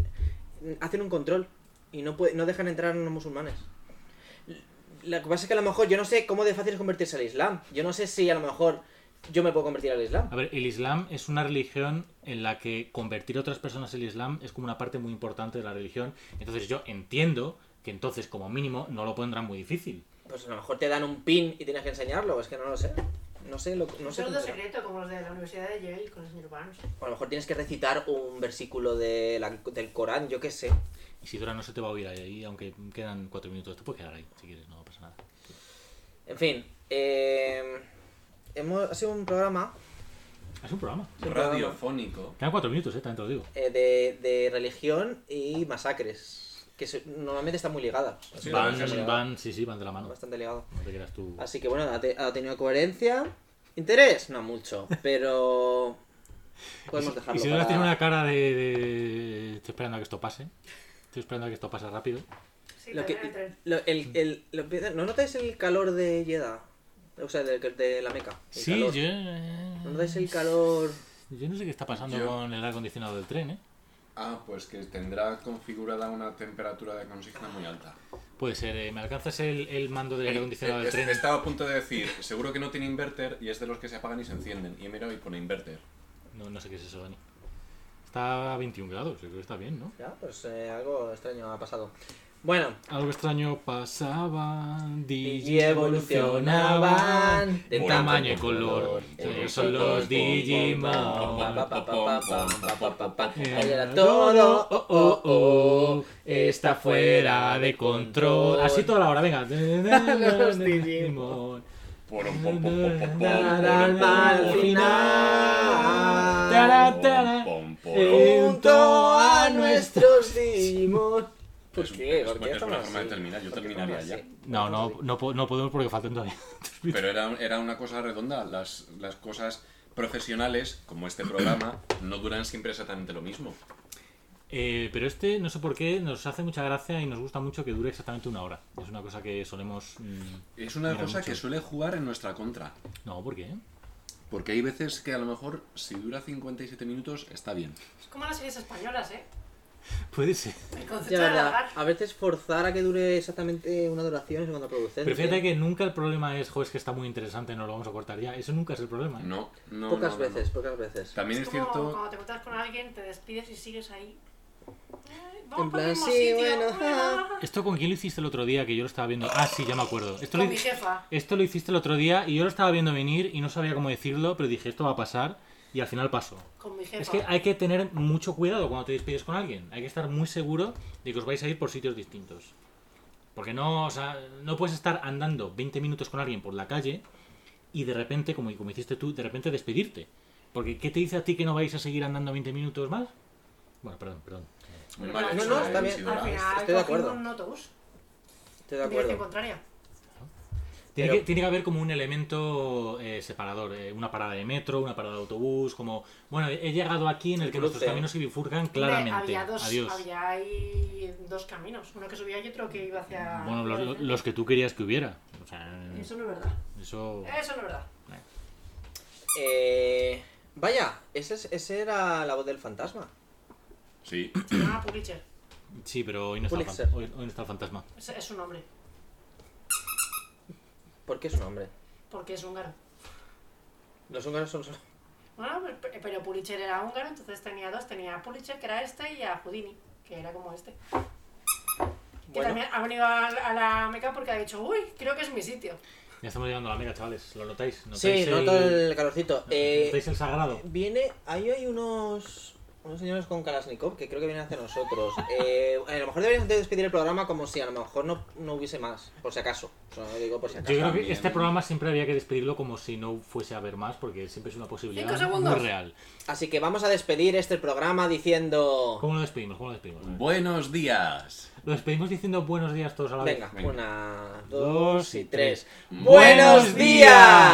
Speaker 4: mm, hacen un control y no, puede- no dejan entrar a los musulmanes. L- Lo que pasa es que a lo mejor yo no sé cómo de fácil es convertirse al Islam. Yo no sé si a lo mejor yo me puedo convertir al Islam.
Speaker 3: A ver, el Islam es una religión en la que convertir a otras personas al Islam es como una parte muy importante de la religión. Entonces yo entiendo que entonces como mínimo no lo pondrán muy difícil.
Speaker 4: Pues a lo mejor te dan un pin y tienes que enseñarlo, es que no lo sé. No sé, lo, no
Speaker 1: Un
Speaker 4: sé.
Speaker 1: saludo
Speaker 4: cómo será.
Speaker 1: secreto, como los de la Universidad de Yale con los nirvanos.
Speaker 4: O a lo mejor tienes que recitar un versículo de la- del Corán, yo qué sé.
Speaker 3: Isidora no se te va a oír ahí, aunque quedan cuatro minutos. Te puedes quedar ahí si quieres, no pasa nada.
Speaker 4: En fin, eh, hemos, ha sido un programa
Speaker 3: Es un programa.
Speaker 2: Radiofónico.
Speaker 3: Quedan cuatro minutos, eh, también te lo digo.
Speaker 4: eh, de, de religión y masacres, que se- normalmente están muy ligadas.
Speaker 2: Sí, la
Speaker 3: van,
Speaker 2: verdad es que sí.
Speaker 3: van, sí, sí, van de la mano.
Speaker 4: Bastante ligado.
Speaker 3: No te creas tú.
Speaker 4: Así que bueno, ha, te- ha tenido coherencia. ¿Interés? No mucho,
Speaker 3: (laughs)
Speaker 4: pero podemos dejarlo.
Speaker 3: Isidora
Speaker 4: para-
Speaker 3: tiene una cara de, de- Estoy esperando a que esto pase. Estoy esperando a que esto pase rápido.
Speaker 1: Sí,
Speaker 4: Lo
Speaker 1: también
Speaker 4: que-
Speaker 1: el tren.
Speaker 4: lo- el- el- lo que- ¿No notáis el calor de Jeddah? O sea, de, de la Meca. El
Speaker 3: Sí,
Speaker 4: calor.
Speaker 3: yo...
Speaker 4: ¿No notáis el calor?
Speaker 3: Yo no sé qué está pasando
Speaker 2: Yo-
Speaker 3: con el aire acondicionado del tren, ¿eh?
Speaker 2: Ah, pues que tendrá configurada una temperatura de consigna muy alta.
Speaker 3: Puede ser, eh, ¿me alcanzas el, el mando del aire acondicionado
Speaker 2: Eh,
Speaker 3: del
Speaker 2: es-
Speaker 3: tren?
Speaker 2: Estaba a punto de decir, seguro que no tiene inverter y es de los que se apagan y se encienden. Y he mirado y pone inverter.
Speaker 3: No, no sé qué es eso, Dani. Está a 21 grados, yo creo que está bien, ¿no?
Speaker 4: Ya, pues eh, algo extraño ha pasado. Bueno,
Speaker 3: Algo extraño pasaba,
Speaker 4: y
Speaker 3: DJ evolucionaban.
Speaker 4: evolucionaban
Speaker 3: De
Speaker 4: de
Speaker 2: Volando
Speaker 3: tamaño y
Speaker 2: con
Speaker 3: color,
Speaker 2: color.
Speaker 3: ellos son los Digimon.
Speaker 4: Ahí era todo, oh, oh, oh, está fuera de control.
Speaker 3: Así toda la hora,
Speaker 4: (laughs)
Speaker 3: venga.
Speaker 4: Los Digimon.
Speaker 2: Porom, pom, pom, pom, pom,
Speaker 3: Darán
Speaker 2: pom,
Speaker 3: mal
Speaker 2: pom,
Speaker 3: final.
Speaker 2: pom,
Speaker 3: Tarán,
Speaker 2: pom,
Speaker 3: tarán.
Speaker 2: pom,
Speaker 3: Eh,
Speaker 2: porom.
Speaker 4: Junto a nuestros Digimon. ¿Por
Speaker 2: Es-
Speaker 4: qué?
Speaker 2: es-
Speaker 4: ¿Por qué
Speaker 2: es una
Speaker 4: estamos
Speaker 2: forma de
Speaker 4: así?
Speaker 2: terminar, yo
Speaker 4: ¿Por qué
Speaker 2: terminaría
Speaker 4: estamos
Speaker 2: ya.
Speaker 4: así?
Speaker 3: No, no, no, po- no podemos porque faltan todavía. (laughs)
Speaker 2: Pero era, era una cosa redonda. Las, las cosas profesionales, como este programa, no duran siempre exactamente lo mismo.
Speaker 3: Eh, pero este, no sé por qué, nos hace mucha gracia y nos gusta mucho que dure exactamente una hora. Es una cosa que solemos... mm,
Speaker 2: Es una
Speaker 3: Mira,
Speaker 2: cosa
Speaker 3: mucho.
Speaker 2: que suele jugar en nuestra contra.
Speaker 3: No, ¿por qué? (laughs)
Speaker 2: Porque hay veces que a lo mejor si dura 57 minutos está bien.
Speaker 1: Es como Pues, las series españolas, ¿eh?
Speaker 3: Puede ser.
Speaker 1: El
Speaker 4: Ya,
Speaker 1: concepto de
Speaker 4: verdad.
Speaker 1: alargar.
Speaker 4: A veces forzar a que dure exactamente una duración es cuando producen.
Speaker 3: Pero fíjate que nunca el problema es, jo, es que está muy interesante, no lo vamos a cortar ya. Eso nunca es el problema. ¿eh?
Speaker 2: No, no.
Speaker 4: Pocas
Speaker 2: no, no, no.
Speaker 4: veces, pocas veces.
Speaker 2: También es,
Speaker 1: Es como
Speaker 2: cierto.
Speaker 1: cuando te encuentras con alguien, te despides y sigues ahí. Ay,
Speaker 4: En
Speaker 1: Vamos por
Speaker 4: plan,
Speaker 1: el mismo
Speaker 4: sí,
Speaker 1: sitio.
Speaker 4: bueno,
Speaker 1: ah.
Speaker 3: ¿Esto con quién lo hiciste el otro día que yo lo estaba viendo? Ah, sí, ya me acuerdo. Esto lo,
Speaker 1: Con mi jefa.
Speaker 3: esto lo hiciste el otro día y yo lo estaba viendo venir y no sabía cómo decirlo, pero dije, esto va a pasar y al final pasó.
Speaker 1: Con mi jefa.
Speaker 3: Es que hay que tener mucho cuidado cuando te despides con alguien. Hay que estar muy seguro de que os vais a ir por sitios distintos. Porque no, o sea, no puedes estar andando 20 minutos con alguien por la calle y de repente, como, como hiciste tú, de repente despedirte. Porque ¿qué te dice a ti que no vais a seguir andando 20 minutos más? Bueno, perdón, perdón.
Speaker 2: Muy mal
Speaker 1: No,
Speaker 2: hecho,
Speaker 4: no,
Speaker 2: eh,
Speaker 4: está bien.
Speaker 1: Al
Speaker 2: Isidora.
Speaker 1: final,
Speaker 4: Estoy de
Speaker 1: cogí
Speaker 4: acuerdo.
Speaker 1: un autobús.
Speaker 4: Estoy de
Speaker 1: en dirección
Speaker 4: acuerdo.
Speaker 1: contraria.
Speaker 3: Tiene,
Speaker 4: Pero-
Speaker 3: que, tiene que haber como un elemento eh, separador, eh, una parada de metro, una parada de autobús, como, bueno, he llegado aquí en el que
Speaker 4: Cruce.
Speaker 3: nuestros caminos se bifurcan
Speaker 1: Hombre,
Speaker 3: claramente.
Speaker 1: Había dos,
Speaker 3: Adiós.
Speaker 1: había ahí dos caminos. Uno que subía y otro que iba hacia.
Speaker 3: Bueno, los, los que tú querías que hubiera. O sea,
Speaker 1: Eso no es verdad.
Speaker 3: eso...
Speaker 1: Eso no es verdad.
Speaker 4: Eh, vaya, ese, es- ese era la voz del fantasma.
Speaker 2: Sí.
Speaker 1: Se llama Pulitzer.
Speaker 3: Sí, pero hoy no, está el, fan-
Speaker 4: Pulitzer.
Speaker 3: hoy, hoy no está el fantasma.
Speaker 1: Es, es su nombre.
Speaker 4: ¿Por qué su nombre?
Speaker 1: Porque es húngaro.
Speaker 4: Los húngaros son solo.
Speaker 1: Bueno, pero- Ah, pero Pulitzer era húngaro, entonces tenía dos. Tenía a Pulitzer, que era este, y a Houdini, que era como este. Que
Speaker 4: Bueno,
Speaker 1: también ha venido a, a la meca porque ha dicho, uy, creo que es mi sitio.
Speaker 3: Ya estamos llegando a la mega, chavales. ¿Lo notáis?
Speaker 4: Sí,
Speaker 3: ¿Notáis
Speaker 4: noto el calorcito. Eh,
Speaker 3: ¿Notáis el sagrado?
Speaker 4: Viene, ahí hay unos, unos señores con Kalashnikov que creo que vienen hacia nosotros. Eh, a lo mejor deberíamos de despedir el programa como si a lo mejor no, no hubiese más, por si acaso. O sea, digo por si
Speaker 3: Yo
Speaker 4: acaso.
Speaker 3: creo que
Speaker 2: también.
Speaker 3: este programa siempre había que despedirlo como si no fuese a haber más, porque siempre es una posibilidad
Speaker 1: Cinco segundos.
Speaker 3: muy real.
Speaker 4: Así que vamos a despedir este programa diciendo...
Speaker 3: ¿Cómo lo despedimos? ¿Cómo lo despedimos?
Speaker 2: Buenos días.
Speaker 3: Lo despedimos diciendo buenos días todos a la vez.
Speaker 4: Venga,
Speaker 2: Venga.
Speaker 4: una,
Speaker 3: Dos
Speaker 4: dos
Speaker 3: y
Speaker 4: y tres.
Speaker 2: ¡Buenos
Speaker 4: ¡Buenos días!